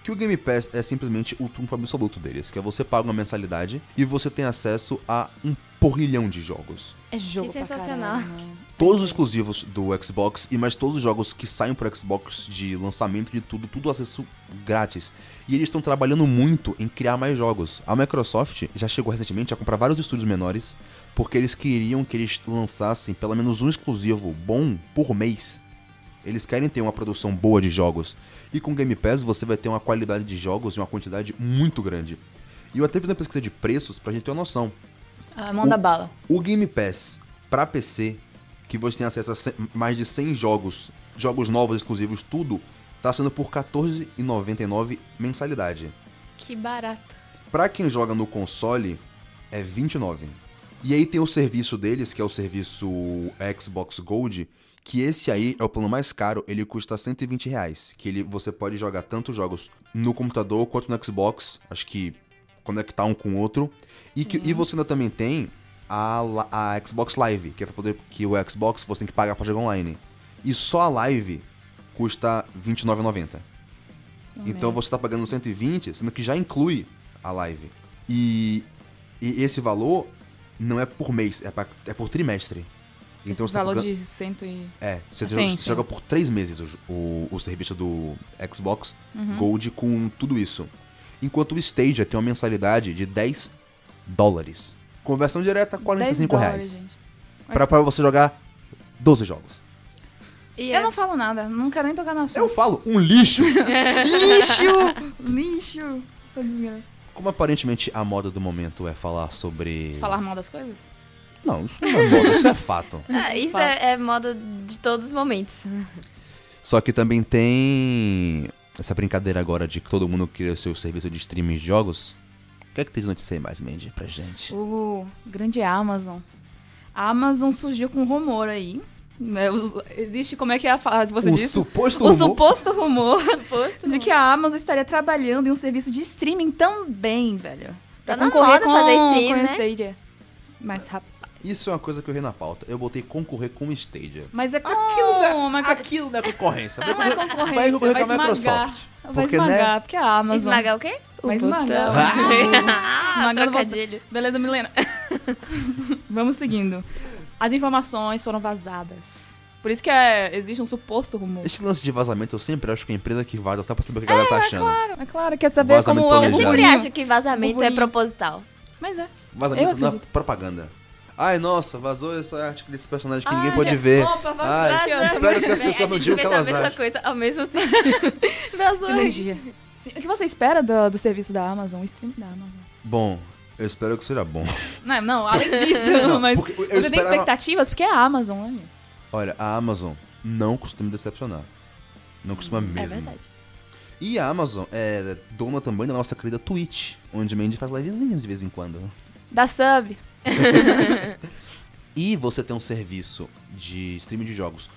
Speaker 1: Que o Game Pass é simplesmente o trunfo absoluto deles, que é você paga uma mensalidade e você tem acesso a um porrilhão de jogos.
Speaker 2: É jogo
Speaker 3: Que
Speaker 2: pra
Speaker 3: sensacional.
Speaker 2: caralho, né?
Speaker 1: Todos os exclusivos do Xbox e mais todos os jogos que saem pro Xbox de lançamento de tudo, tudo acesso grátis. E eles estão trabalhando muito em criar mais jogos. A Microsoft já chegou recentemente a comprar vários estúdios menores, porque eles queriam que eles lançassem pelo menos um exclusivo bom por mês. Eles querem ter uma produção boa de jogos. E com Game Pass você vai ter uma qualidade de jogos e uma quantidade muito grande. E eu até fiz uma pesquisa de preços pra gente ter uma noção.
Speaker 2: Ah, manda
Speaker 1: O-
Speaker 2: bala.
Speaker 1: O Game Pass pra PC, que você tem acesso a ce- mais de 100 jogos, jogos novos, exclusivos, tudo, tá sendo por R$14,99 mensalidade.
Speaker 3: Que barato.
Speaker 1: Pra quem joga no console, é 29. E aí tem o serviço deles, que é o serviço Xbox Gold, Que esse aí é o plano mais caro, ele custa 120 reais. Que ele, você pode jogar tanto jogos no computador quanto no Xbox. Acho que conectar um com o outro. E, que, e você ainda também tem a, la- a Xbox Live, que é pra poder. Que o Xbox você tem que pagar pra jogar online. E só a live custa R$29,90. Então você tá pagando 120, sendo que já inclui a live. E, e esse valor não é por mês, é, pra- é por trimestre.
Speaker 2: Esse
Speaker 1: você tá
Speaker 2: valor
Speaker 1: pagando-
Speaker 2: de cento e...
Speaker 1: é, você,
Speaker 2: Sim,
Speaker 1: joga,
Speaker 2: sim.
Speaker 1: você joga por três meses o, jo- o, o serviço do Xbox
Speaker 2: Uhum.
Speaker 1: Gold com tudo isso. Enquanto o Stadia tem uma mensalidade de 10 dólares. Conversão direta, 45
Speaker 2: dólares,
Speaker 1: reais.
Speaker 2: gente.
Speaker 1: Pra, pra você jogar 12 jogos.
Speaker 3: E é-
Speaker 2: Eu não falo nada, não quero nem tocar no
Speaker 1: Eu
Speaker 2: assunto.
Speaker 1: falo, um
Speaker 2: <laughs>
Speaker 1: lixo!
Speaker 2: Lixo! Lixo! Sou desgraça.
Speaker 1: Como aparentemente a moda do momento é falar sobre...
Speaker 2: Falar mal das coisas?
Speaker 1: Não, isso não é moda, isso é
Speaker 2: <laughs>
Speaker 1: fato.
Speaker 3: Ah, isso é, é moda de todos os momentos.
Speaker 1: Só que também tem essa brincadeira agora de que todo mundo cria o seu serviço de streaming de jogos. O que é que tem de notícia aí mais, Mandy, pra gente?
Speaker 2: O grande Amazon. A Amazon surgiu com um rumor aí. né, os- Existe, como é que é a frase que você
Speaker 1: o
Speaker 2: disse?
Speaker 1: suposto
Speaker 2: o
Speaker 1: rumor...
Speaker 2: suposto rumor
Speaker 3: <laughs> Suposto.
Speaker 2: de que a Amazon estaria trabalhando em um serviço de streaming também, velho. Pra
Speaker 3: Tá na
Speaker 2: concorrer
Speaker 3: moda
Speaker 2: com,
Speaker 3: fazer
Speaker 2: com
Speaker 3: streaming,
Speaker 2: o
Speaker 3: né?
Speaker 2: Stadia. Mas, rapaz.
Speaker 1: Isso é uma coisa que eu vi na pauta. Eu botei concorrer com o Stadia.
Speaker 2: Mas é com
Speaker 1: Aquilo
Speaker 2: uma
Speaker 1: não é,
Speaker 2: coisa.
Speaker 1: aquilo não é concorrência.
Speaker 2: <laughs> Não é concorrência,
Speaker 1: Vai concorrer
Speaker 2: vai
Speaker 1: com a
Speaker 2: esmagar.
Speaker 1: Microsoft.
Speaker 2: vai
Speaker 1: Porque,
Speaker 2: esmagar,
Speaker 1: né?
Speaker 2: porque a Amazon.
Speaker 3: Esmagar o quê? O
Speaker 2: Vai esmagar.
Speaker 3: botão.
Speaker 2: Ah,
Speaker 3: Ah,
Speaker 2: esmagar o botão.
Speaker 3: trocadilhos.
Speaker 2: Beleza, Milena? <laughs> Vamos seguindo. As informações foram vazadas. Por isso que é- existe um suposto rumor.
Speaker 1: Esse lance de vazamento, eu sempre acho que a empresa que vaza só pra saber o que a galera tá achando.
Speaker 2: É claro, quer saber
Speaker 1: Vazamento
Speaker 2: como é o
Speaker 3: Eu
Speaker 1: Exato.
Speaker 3: sempre
Speaker 2: burburinho.
Speaker 3: acho que vazamento é
Speaker 2: Burburinho.
Speaker 3: proposital.
Speaker 2: Mas é. Eu
Speaker 1: Vazamento na
Speaker 2: acredito.
Speaker 1: propaganda. Ai, nossa, vazou essa arte desse personagem que ninguém
Speaker 2: Ah,
Speaker 1: pode
Speaker 2: já-
Speaker 1: ver. Ah,
Speaker 2: Opa, vazou aqui, ó.
Speaker 1: Ai, espero que as
Speaker 3: Vem, a
Speaker 1: pessoas não
Speaker 3: gente
Speaker 1: digam que
Speaker 3: pensa
Speaker 1: elas
Speaker 3: a mesma
Speaker 1: acham.
Speaker 3: coisa ao <laughs> mesmo tempo. Vazou.
Speaker 2: Sinergia. Sim, O que você espera do, do serviço da Amazon? O streaming da Amazon.
Speaker 1: Bom, eu espero que seja bom.
Speaker 2: Não, é, não além disso,
Speaker 1: Não,
Speaker 2: mas
Speaker 1: porque eu
Speaker 2: você tem
Speaker 1: esperava-
Speaker 2: expectativas porque é a Amazon, né?
Speaker 1: Olha, a Amazon não costuma me decepcionar. Não costuma mesmo.
Speaker 3: É verdade.
Speaker 1: E a Amazon é dona também da nossa querida Twitch, onde Mandy faz livezinhas de vez em quando.
Speaker 2: Da sub.
Speaker 1: e você tem um serviço de streaming de jogos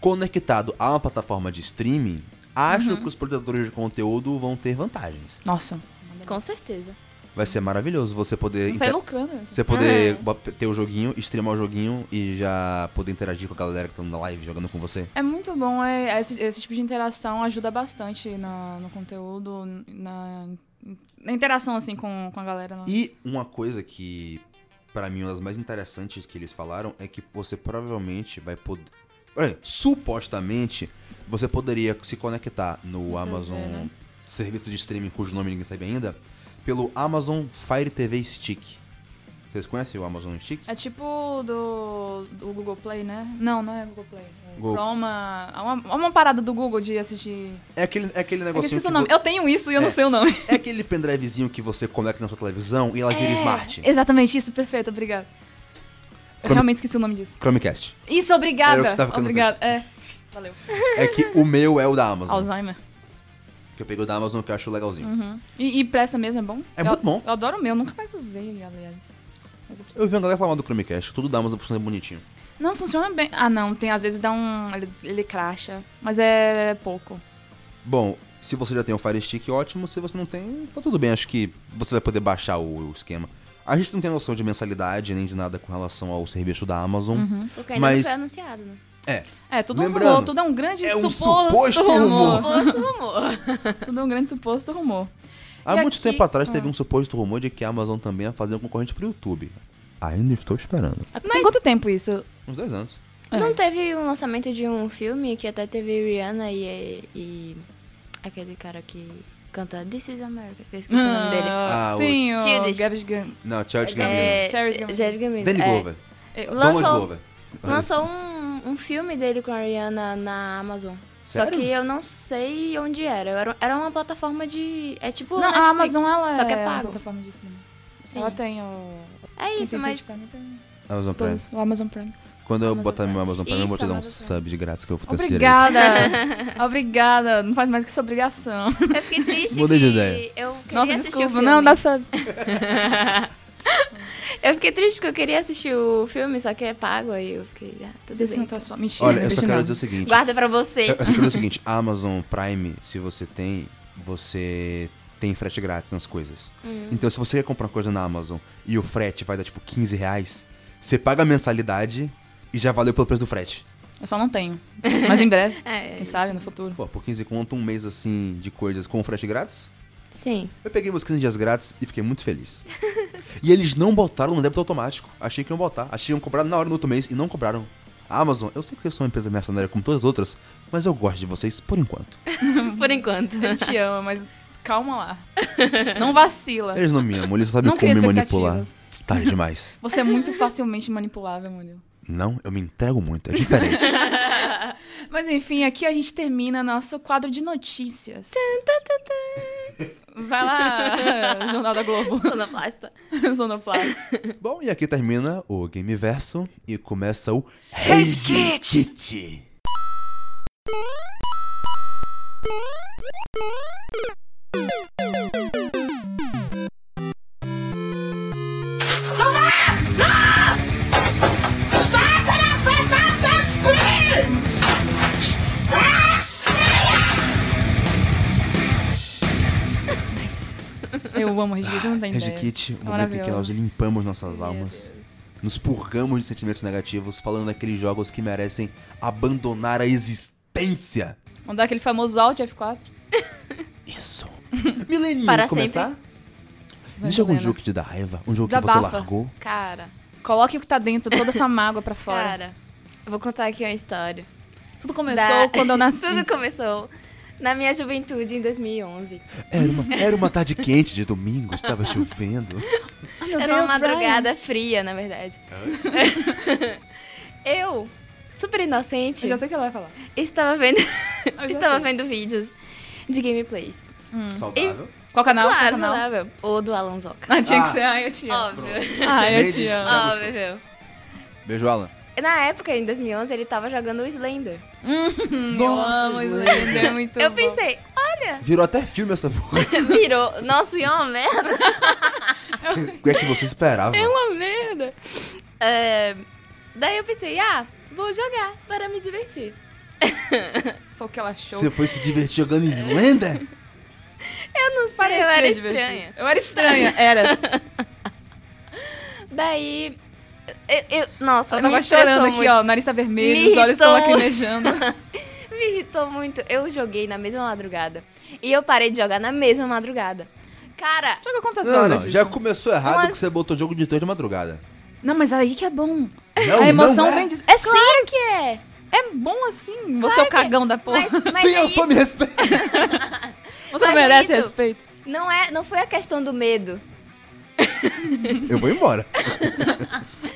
Speaker 1: conectado a uma plataforma de streaming, acho que os produtores de conteúdo vão ter vantagens.
Speaker 2: Nossa.
Speaker 3: Com certeza.
Speaker 1: Vai ser maravilhoso você poder.
Speaker 2: Não sai
Speaker 1: inter-
Speaker 2: lucrando. né?
Speaker 1: Você poder bo- ter o joguinho, streamar o joguinho e já poder interagir com a galera que tá na live jogando com você.
Speaker 2: É muito bom, é, esse, esse tipo de interação ajuda bastante na- no conteúdo, na, na interação, assim, com, com a galera. né?
Speaker 1: E uma coisa que, pra mim, uma das mais interessantes que eles falaram é que você provavelmente vai poder. Olha, Supostamente, você poderia se conectar no Amazon
Speaker 2: né?
Speaker 1: serviço de streaming cujo nome ninguém sabe ainda, pelo Amazon Fire TV Stick. Vocês conhecem o Amazon Stick?
Speaker 2: É tipo do, do Google Play, né? Não, não é Google Play. É
Speaker 1: Google.
Speaker 2: Chroma. É uma, é uma parada do Google de assistir.
Speaker 1: É aquele, é aquele
Speaker 2: Eu
Speaker 1: negocinho.
Speaker 2: esqueci
Speaker 1: que
Speaker 2: o nome.
Speaker 1: vo-
Speaker 2: Eu tenho isso e eu não
Speaker 1: É.
Speaker 2: sei o nome.
Speaker 1: É aquele pendrivezinho que você conecta na sua televisão e ela
Speaker 2: É.
Speaker 1: vira smart.
Speaker 2: Exatamente isso, perfeito, obrigada. Eu
Speaker 1: Chrome-
Speaker 2: realmente esqueci o nome disso.
Speaker 1: Chromecast.
Speaker 2: Isso, obrigada.
Speaker 1: Era o que estava ficando
Speaker 2: obrigada. É. Valeu.
Speaker 1: É que o meu é o da Amazon.
Speaker 2: Alzheimer.
Speaker 1: Que eu peguei o da Amazon que eu acho legalzinho.
Speaker 2: Uhum. E, e pra essa mesmo é bom?
Speaker 1: É
Speaker 2: Eu-
Speaker 1: muito bom.
Speaker 2: Eu adoro o meu, nunca mais usei, aliás. Mas eu preciso.
Speaker 1: Eu vi uma galera falando do Chromecast, tudo da Amazon funciona é bonitinho.
Speaker 2: Não funciona bem. Ah, não, tem às vezes dá um. Ele, ele cracha. Mas é pouco.
Speaker 1: Bom, se você já tem o Fire Stick, ótimo. Se você não tem, tá tudo bem. Acho que você vai poder baixar o, o esquema. A gente não tem noção de mensalidade nem de nada com relação ao serviço da Amazon.
Speaker 3: Porque ainda
Speaker 1: Mas-
Speaker 3: não foi anunciado, né?
Speaker 1: É,
Speaker 2: É, tudo
Speaker 1: Lembrando,
Speaker 2: um rumor, tudo é um grande
Speaker 1: é um
Speaker 2: suposto,
Speaker 1: suposto
Speaker 2: rumor.
Speaker 3: Suposto rumor.
Speaker 2: tudo é um grande suposto rumor.
Speaker 1: há
Speaker 2: E
Speaker 1: muito
Speaker 2: aqui-
Speaker 1: tempo atrás
Speaker 2: Ah.
Speaker 1: teve um suposto rumor de que a Amazon também ia fazer um concorrente pro YouTube. Ainda estou esperando.
Speaker 2: Tem quanto tempo isso?
Speaker 1: Uns dois anos.
Speaker 2: É.
Speaker 3: <laughs> Não teve um lançamento de um filme que até teve Rihanna e, e aquele cara que canta This is America, que eu esqueci o nome dele.
Speaker 1: Ah, o-
Speaker 2: Sim, o
Speaker 3: Childish.
Speaker 2: Garbage Gun.
Speaker 1: Não, Charles Gambino.
Speaker 3: É,
Speaker 2: Charles Gambino.
Speaker 3: Jared Gambino.
Speaker 1: Danny
Speaker 3: é.
Speaker 1: Glover.
Speaker 2: É,
Speaker 1: Donald
Speaker 3: Lançou- um-
Speaker 1: Glover.
Speaker 3: Lançou um, um filme dele com a Rihanna na Amazon.
Speaker 1: Sério?
Speaker 3: Só que eu não sei onde era. Eu era. Era uma plataforma de. É tipo.
Speaker 2: Não,
Speaker 3: Netflix,
Speaker 2: a Amazon ela
Speaker 3: Só que
Speaker 2: é
Speaker 3: é
Speaker 2: uma
Speaker 3: pago.
Speaker 2: plataforma de streaming.
Speaker 3: Sim.
Speaker 2: Ela tem o.
Speaker 3: É isso,
Speaker 2: tem
Speaker 3: mas.
Speaker 2: Prime, tem
Speaker 1: Amazon Prime.
Speaker 2: todos, o Amazon Prime.
Speaker 1: Quando eu
Speaker 3: Amazon
Speaker 1: botar meu
Speaker 3: Prime.
Speaker 1: Amazon Prime, eu vou
Speaker 3: Isso,
Speaker 1: te dar um
Speaker 3: Amazon
Speaker 1: sub de grátis que eu vou ter esse direito.
Speaker 2: Obrigada! <laughs> Obrigada! Não faz mais que isso, obrigação.
Speaker 3: Eu
Speaker 1: <laughs>
Speaker 3: fiquei triste.
Speaker 1: Mudei de
Speaker 3: que
Speaker 1: ideia.
Speaker 3: Eu queria
Speaker 2: Nossa,
Speaker 3: assistir o
Speaker 2: desculpa.
Speaker 3: filme.
Speaker 2: Não, dá sub.
Speaker 3: Eu fiquei triste porque eu queria assistir o filme, só que é pago, aí eu fiquei, ah, tudo
Speaker 2: Você
Speaker 3: bem.
Speaker 2: sentou a sua mentira.
Speaker 1: Olha, eu
Speaker 2: deixa
Speaker 1: só quero
Speaker 2: não.
Speaker 1: dizer o seguinte.
Speaker 3: Guarda pra você.
Speaker 1: Eu, eu quero dizer o seguinte, a Amazon Prime, se você tem, você tem frete grátis nas coisas. Então, se você quer comprar uma coisa na Amazon e o frete vai dar tipo 15 reais, você paga a mensalidade e já valeu pelo preço do frete.
Speaker 2: Eu só não tenho. Mas em breve,
Speaker 3: <laughs> É,
Speaker 2: quem sabe, no futuro.
Speaker 1: Pô, por 15 conto, um mês assim de coisas com frete grátis?
Speaker 3: sim.
Speaker 1: Eu peguei meus 15 dias grátis e fiquei muito feliz. e eles não botaram no débito automático. Achei que iam botar. Achei que iam cobrar na hora no outro mês e não cobraram. A Amazon, eu sei que vocês são uma empresa mercenária como todas as outras, mas eu gosto de vocês por enquanto.
Speaker 3: <laughs> Por
Speaker 2: <laughs>
Speaker 3: enquanto.
Speaker 2: Ele te ama, mas calma lá. Não vacila.
Speaker 1: Eles não me amam, eles sabem
Speaker 2: Não
Speaker 1: como
Speaker 2: cria
Speaker 1: me manipular.
Speaker 2: expectativas.
Speaker 1: Tarde demais.
Speaker 2: Você é muito facilmente manipulável, Murilo.
Speaker 1: Não, eu me entrego muito, é diferente.
Speaker 2: Mas enfim, aqui a gente termina nosso quadro de notícias. Vai lá, <laughs> Jornal da Globo.
Speaker 3: Sonoplasta.
Speaker 2: Sonoplasta.
Speaker 1: <laughs> Bom, e aqui termina o Game Verso e começa o Rage Kit.
Speaker 2: Eu amo Regi, você não tem
Speaker 1: Rage
Speaker 2: ideia.
Speaker 1: Kit, o um momento em que
Speaker 2: É Maravilhoso.
Speaker 1: nós limpamos nossas almas, nos purgamos de sentimentos negativos, falando daqueles jogos que merecem abandonar a existência.
Speaker 2: Vamos dar aquele famoso Alt F4. <laughs>
Speaker 1: Isso. Millennium,
Speaker 3: Para
Speaker 1: começar?
Speaker 2: Vai,
Speaker 1: Existe algum
Speaker 2: Helena.
Speaker 1: jogo que te dá raiva? Um jogo que você
Speaker 2: Desabafa.
Speaker 1: largou?
Speaker 3: Cara,
Speaker 2: Coloque o que tá dentro, toda essa mágoa pra fora.
Speaker 3: cara, eu vou contar aqui
Speaker 2: <laughs>
Speaker 3: uma história.
Speaker 2: Tudo começou
Speaker 3: Da-
Speaker 2: quando
Speaker 3: <laughs>
Speaker 2: eu nasci.
Speaker 3: Tudo começou na minha juventude, em 2011.
Speaker 1: Era uma, era uma tarde quente de domingo,
Speaker 2: <laughs>
Speaker 1: estava chovendo.
Speaker 2: Ah, meu
Speaker 3: Era
Speaker 2: Deus,
Speaker 3: é uma madrugada fria, na verdade. <laughs> eu, super inocente,
Speaker 2: Brian. É. Eu já sei o que ela vai falar.
Speaker 3: estava vendo, <laughs>
Speaker 2: já
Speaker 3: estava
Speaker 2: sei.
Speaker 3: vendo vídeos de gameplays.
Speaker 2: Hum.
Speaker 1: Saudável.
Speaker 2: Qual canal? Qual
Speaker 3: claro, Oh.
Speaker 2: canal?
Speaker 3: saudável. Ou do Alonsoca.
Speaker 2: Ah, tinha
Speaker 1: Ah.
Speaker 2: que ser. Ai, eu te amo.
Speaker 3: Óbvio.
Speaker 2: Ai, eu
Speaker 1: Beijo.
Speaker 2: te amo.
Speaker 1: Já gostou.
Speaker 3: Óbvio.
Speaker 1: Beijo, Alan.
Speaker 3: Na época, em 2011, ele tava jogando o Slender.
Speaker 1: Nossa,
Speaker 2: Amo,
Speaker 1: Slender.
Speaker 2: Slender, é muito
Speaker 3: eu
Speaker 2: bom.
Speaker 3: pensei, <laughs> olha,
Speaker 1: Virou até filme essa
Speaker 3: <laughs>
Speaker 1: porra.
Speaker 3: É virou. Nossa, e é uma merda.
Speaker 1: O que é que você esperava?
Speaker 3: um É uma merda. É, daí eu pensei, ah, vou jogar para me divertir.
Speaker 2: Foi o que ela achou.
Speaker 1: Você foi se divertir jogando Slender?
Speaker 3: Eu não sei,
Speaker 2: Parecia
Speaker 3: eu era
Speaker 2: divertido.
Speaker 3: estranha.
Speaker 2: Eu era estranha,
Speaker 3: <laughs>
Speaker 2: era.
Speaker 3: Daí. Eu, eu- nossa,
Speaker 2: Ela
Speaker 3: me
Speaker 2: tava
Speaker 3: estressou
Speaker 2: chorando aqui,
Speaker 3: muito.
Speaker 2: ó. Nariz tá vermelho,
Speaker 3: Me
Speaker 2: os olhos estão
Speaker 3: irritou. <laughs>
Speaker 2: lacrimejando.
Speaker 3: Me irritou muito. Eu joguei na mesma madrugada. E eu parei de jogar na mesma madrugada. Cara,
Speaker 2: Joga quantas
Speaker 1: Não,
Speaker 2: horas
Speaker 1: não,
Speaker 2: disso?
Speaker 1: já começou errado
Speaker 3: Mas-
Speaker 1: que você botou jogo de terror de madrugada.
Speaker 2: Não, mas aí que é bom.
Speaker 1: Não,
Speaker 2: a emoção
Speaker 1: não é.
Speaker 2: vem disso. É sim,
Speaker 3: claro que é.
Speaker 2: é bom assim. Você é o
Speaker 3: Claro que é.
Speaker 2: cagão da porra.
Speaker 3: Mas, mas
Speaker 1: Sim,
Speaker 3: é
Speaker 1: eu só
Speaker 3: isso.
Speaker 1: me respeito.
Speaker 2: <laughs>
Speaker 3: <laughs>
Speaker 2: Você não
Speaker 3: mas é
Speaker 2: merece
Speaker 3: isso.
Speaker 2: respeito.
Speaker 3: Não, é, não foi a questão do medo.
Speaker 1: Eu vou embora.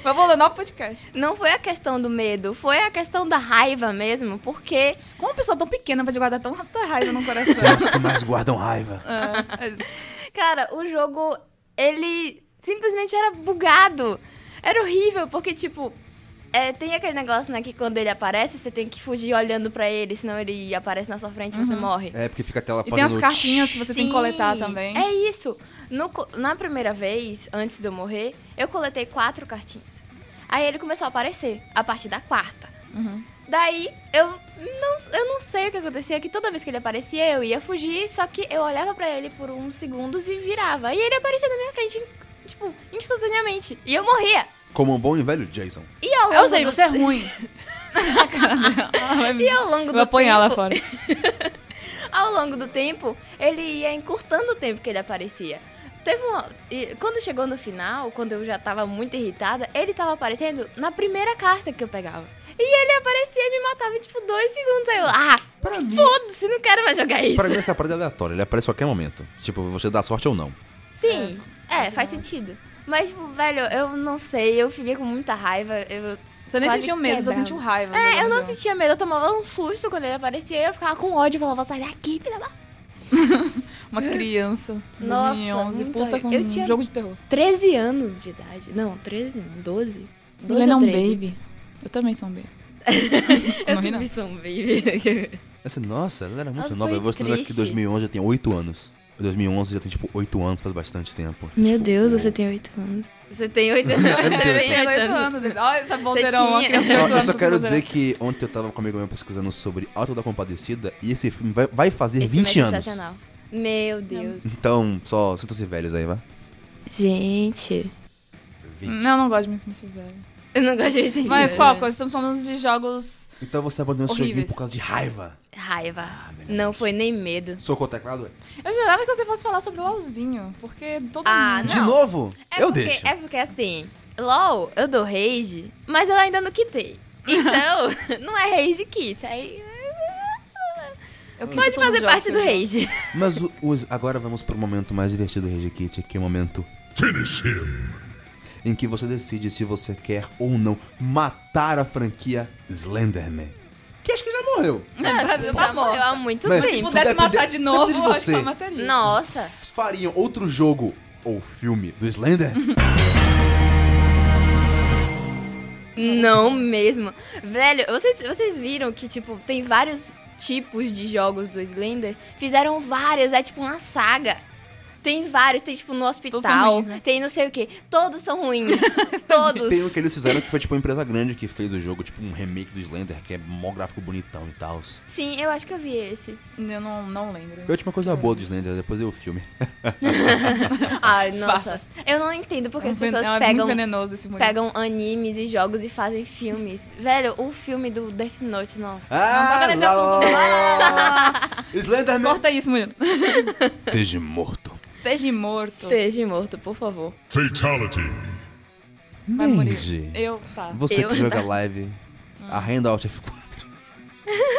Speaker 2: Vai abandonar o podcast.
Speaker 3: Não foi a questão do medo. Foi a questão da raiva mesmo. Porque
Speaker 2: Como uma pessoa tão pequena pode guardar tão- tanta raiva no coração?
Speaker 1: São os que mais guardam raiva.
Speaker 2: É.
Speaker 3: Cara, o jogo, ele simplesmente era bugado. Era horrível, porque, tipo, é, tem aquele negócio, né, que quando ele aparece, você tem que fugir olhando pra ele, senão ele aparece na sua frente e você morre.
Speaker 1: É porque fica a tela
Speaker 2: E tem as
Speaker 1: fazendo
Speaker 2: cartinhas que você tem que
Speaker 3: Sim,
Speaker 2: coletar também.
Speaker 3: É isso. No co- na primeira vez, antes de eu morrer, eu coletei quatro cartinhas. Aí ele começou a aparecer, a partir da quarta.
Speaker 2: Uhum.
Speaker 3: Daí, eu não, eu não sei o que acontecia, que toda vez que ele aparecia, eu ia fugir, só que eu olhava pra ele por uns segundos e virava. E ele aparecia na minha frente, tipo, instantaneamente. E eu morria.
Speaker 1: Como um bom e velho Jason.
Speaker 3: E ao longo
Speaker 2: Eu sei,
Speaker 3: do...
Speaker 2: você é <laughs> ruim. A cara dela. Ela vai me-
Speaker 3: E ao longo
Speaker 2: Vou
Speaker 3: do
Speaker 2: apanhar
Speaker 3: tempo,
Speaker 2: lá fora.
Speaker 3: Ao longo do tempo, ele ia encurtando o tempo que ele aparecia. Teve uma... e Quando chegou no final, quando eu já tava muito irritada, ele tava aparecendo na primeira carta que eu pegava. E ele aparecia e me matava em, tipo, dois segundos. Aí eu, ah,
Speaker 1: Pra mim-
Speaker 3: foda-se, não quero mais jogar isso.
Speaker 1: Pra mim essa parada é aleatória, ele aparece a qualquer momento. Tipo, você dá sorte ou não.
Speaker 3: Sim, é, faz sentido. Mas, tipo, velho, eu não sei, eu fiquei com muita raiva. Eu...
Speaker 2: Você nem
Speaker 3: quase
Speaker 2: sentiu medo, você um
Speaker 3: quebrava.
Speaker 2: sentiu raiva. né?
Speaker 3: É, eu não sentia medo, eu tomava um susto quando ele aparecia e eu ficava com ódio, eu falava, sai daqui, filha da...
Speaker 2: Uma criança.
Speaker 3: Nossa,
Speaker 2: 2011,
Speaker 3: muito
Speaker 2: puta com
Speaker 3: horrível. Eu
Speaker 2: um
Speaker 3: tinha-
Speaker 2: jogo de terror.
Speaker 3: 13 anos de idade. Não, 13 não, 12. 12
Speaker 2: Helena é
Speaker 3: ou
Speaker 2: um
Speaker 3: 13.
Speaker 2: baby. Eu também sou um <laughs> baby.
Speaker 3: Eu
Speaker 2: não ri, não.
Speaker 3: também sou um baby.
Speaker 1: Assim, nossa, ela era muito
Speaker 3: Ela
Speaker 1: nova.
Speaker 3: Ah, foi
Speaker 1: Eu vou lembrar que
Speaker 3: triste.
Speaker 1: 2011 eu tinha 8 anos. 2011 já tem tipo 8 anos, faz bastante tempo.
Speaker 3: Meu
Speaker 1: Tipo,
Speaker 3: Deus,
Speaker 1: eu-
Speaker 3: você tem oito anos. Você tem oito anos. Você
Speaker 1: tenho
Speaker 3: tem
Speaker 2: Tem
Speaker 3: oito
Speaker 2: 8
Speaker 3: anos.
Speaker 2: anos. Olha essa boldeirão. uma
Speaker 3: tinha.
Speaker 2: criança de
Speaker 1: Eu,
Speaker 2: oito
Speaker 1: eu só
Speaker 2: anos,
Speaker 1: quero
Speaker 2: boldeirão.
Speaker 1: dizer que ontem eu tava com um amigo meu pesquisando sobre Auto da Compadecida e esse filme vai, vai fazer
Speaker 3: Esse filme
Speaker 1: 20
Speaker 3: é
Speaker 1: anos.
Speaker 3: sensacional. Meu Deus.
Speaker 1: Então, só sintam-se velhos aí, vai.
Speaker 3: Gente.
Speaker 1: 20.
Speaker 2: Não, não gosto de me sentir velho.
Speaker 3: Eu não gosto de sentir.
Speaker 2: Mas, foco, estamos falando de jogos.
Speaker 1: Então você abandonou esse joguinho
Speaker 2: Horríveis.
Speaker 1: por causa de raiva.
Speaker 3: Raiva.
Speaker 1: meu
Speaker 3: Não foi nem medo.
Speaker 1: Socou o teclado? ué?
Speaker 2: Eu jurava que você fosse falar sobre o LOLzinho, porque todo
Speaker 3: Ah,
Speaker 2: mundo.
Speaker 1: De
Speaker 3: Não.
Speaker 1: novo?
Speaker 3: É
Speaker 1: eu
Speaker 3: porque,
Speaker 1: deixo.
Speaker 3: É porque assim, LOL, eu dou rage, mas eu ainda não quitei. Então, <laughs> não é rage kit. Aí.
Speaker 2: Eu quito
Speaker 3: Pode né?
Speaker 2: todos os
Speaker 3: fazer
Speaker 2: jogos
Speaker 3: parte
Speaker 2: que
Speaker 3: do
Speaker 2: eu jogo.
Speaker 3: rage.
Speaker 1: Mas o- os- agora vamos pro momento mais divertido do Rage Kit, que é o momento
Speaker 5: Finish him.
Speaker 1: em que você decide se você quer ou não matar a franquia Slenderman. Que acho que já morreu.
Speaker 3: Nossa,
Speaker 2: tá
Speaker 3: já
Speaker 2: morta.
Speaker 3: morreu há muito
Speaker 1: Mas-
Speaker 2: Se
Speaker 1: Isso
Speaker 3: tempo.
Speaker 2: pudesse
Speaker 1: depende-
Speaker 2: matar de
Speaker 1: isso
Speaker 2: novo,
Speaker 1: depende de
Speaker 2: eu acho que
Speaker 1: você.
Speaker 2: eu mataria.
Speaker 3: Nossa.
Speaker 1: Fariam outro jogo ou filme do Slender?
Speaker 3: Não mesmo. Velho, vocês, vocês viram que, tipo, tem vários tipos de jogos do Slender? Fizeram vários, é tipo uma saga. Tem vários, tem tipo no hospital,
Speaker 2: ruins, né?
Speaker 3: tem não sei o que. Todos
Speaker 2: <laughs>
Speaker 3: são ruins. todos.
Speaker 1: Tem o que eles fizeram que foi tipo uma empresa grande que fez o jogo, tipo um remake do Slender, que é mó gráfico bonitão e tal.
Speaker 3: Sim, eu acho que eu vi esse.
Speaker 2: Eu não, não lembro.
Speaker 1: Foi a última coisa boa do Slender, depois deu o filme.
Speaker 3: Ai, nossa.
Speaker 2: Fatos.
Speaker 3: Eu não entendo
Speaker 2: É
Speaker 3: porque
Speaker 2: um
Speaker 3: as
Speaker 2: ven-
Speaker 3: pessoas
Speaker 2: é muito
Speaker 3: pegam
Speaker 2: venenoso esse mulher.
Speaker 3: pegam animes e jogos e fazem filmes. Velho, o filme do Death Note, nossa.
Speaker 1: Ah,
Speaker 2: toca nesse assunto,
Speaker 1: Slenderman!
Speaker 2: Corta isso, mulher.
Speaker 1: Esteja morto.
Speaker 2: Esteja morto.
Speaker 3: Esteja morto, por favor.
Speaker 5: Fatality.
Speaker 2: Vai morrer.
Speaker 1: Mandy,
Speaker 2: Eu, tá. Ah.
Speaker 1: Você
Speaker 3: Eu-
Speaker 1: que joga live, arrenda Alt F4.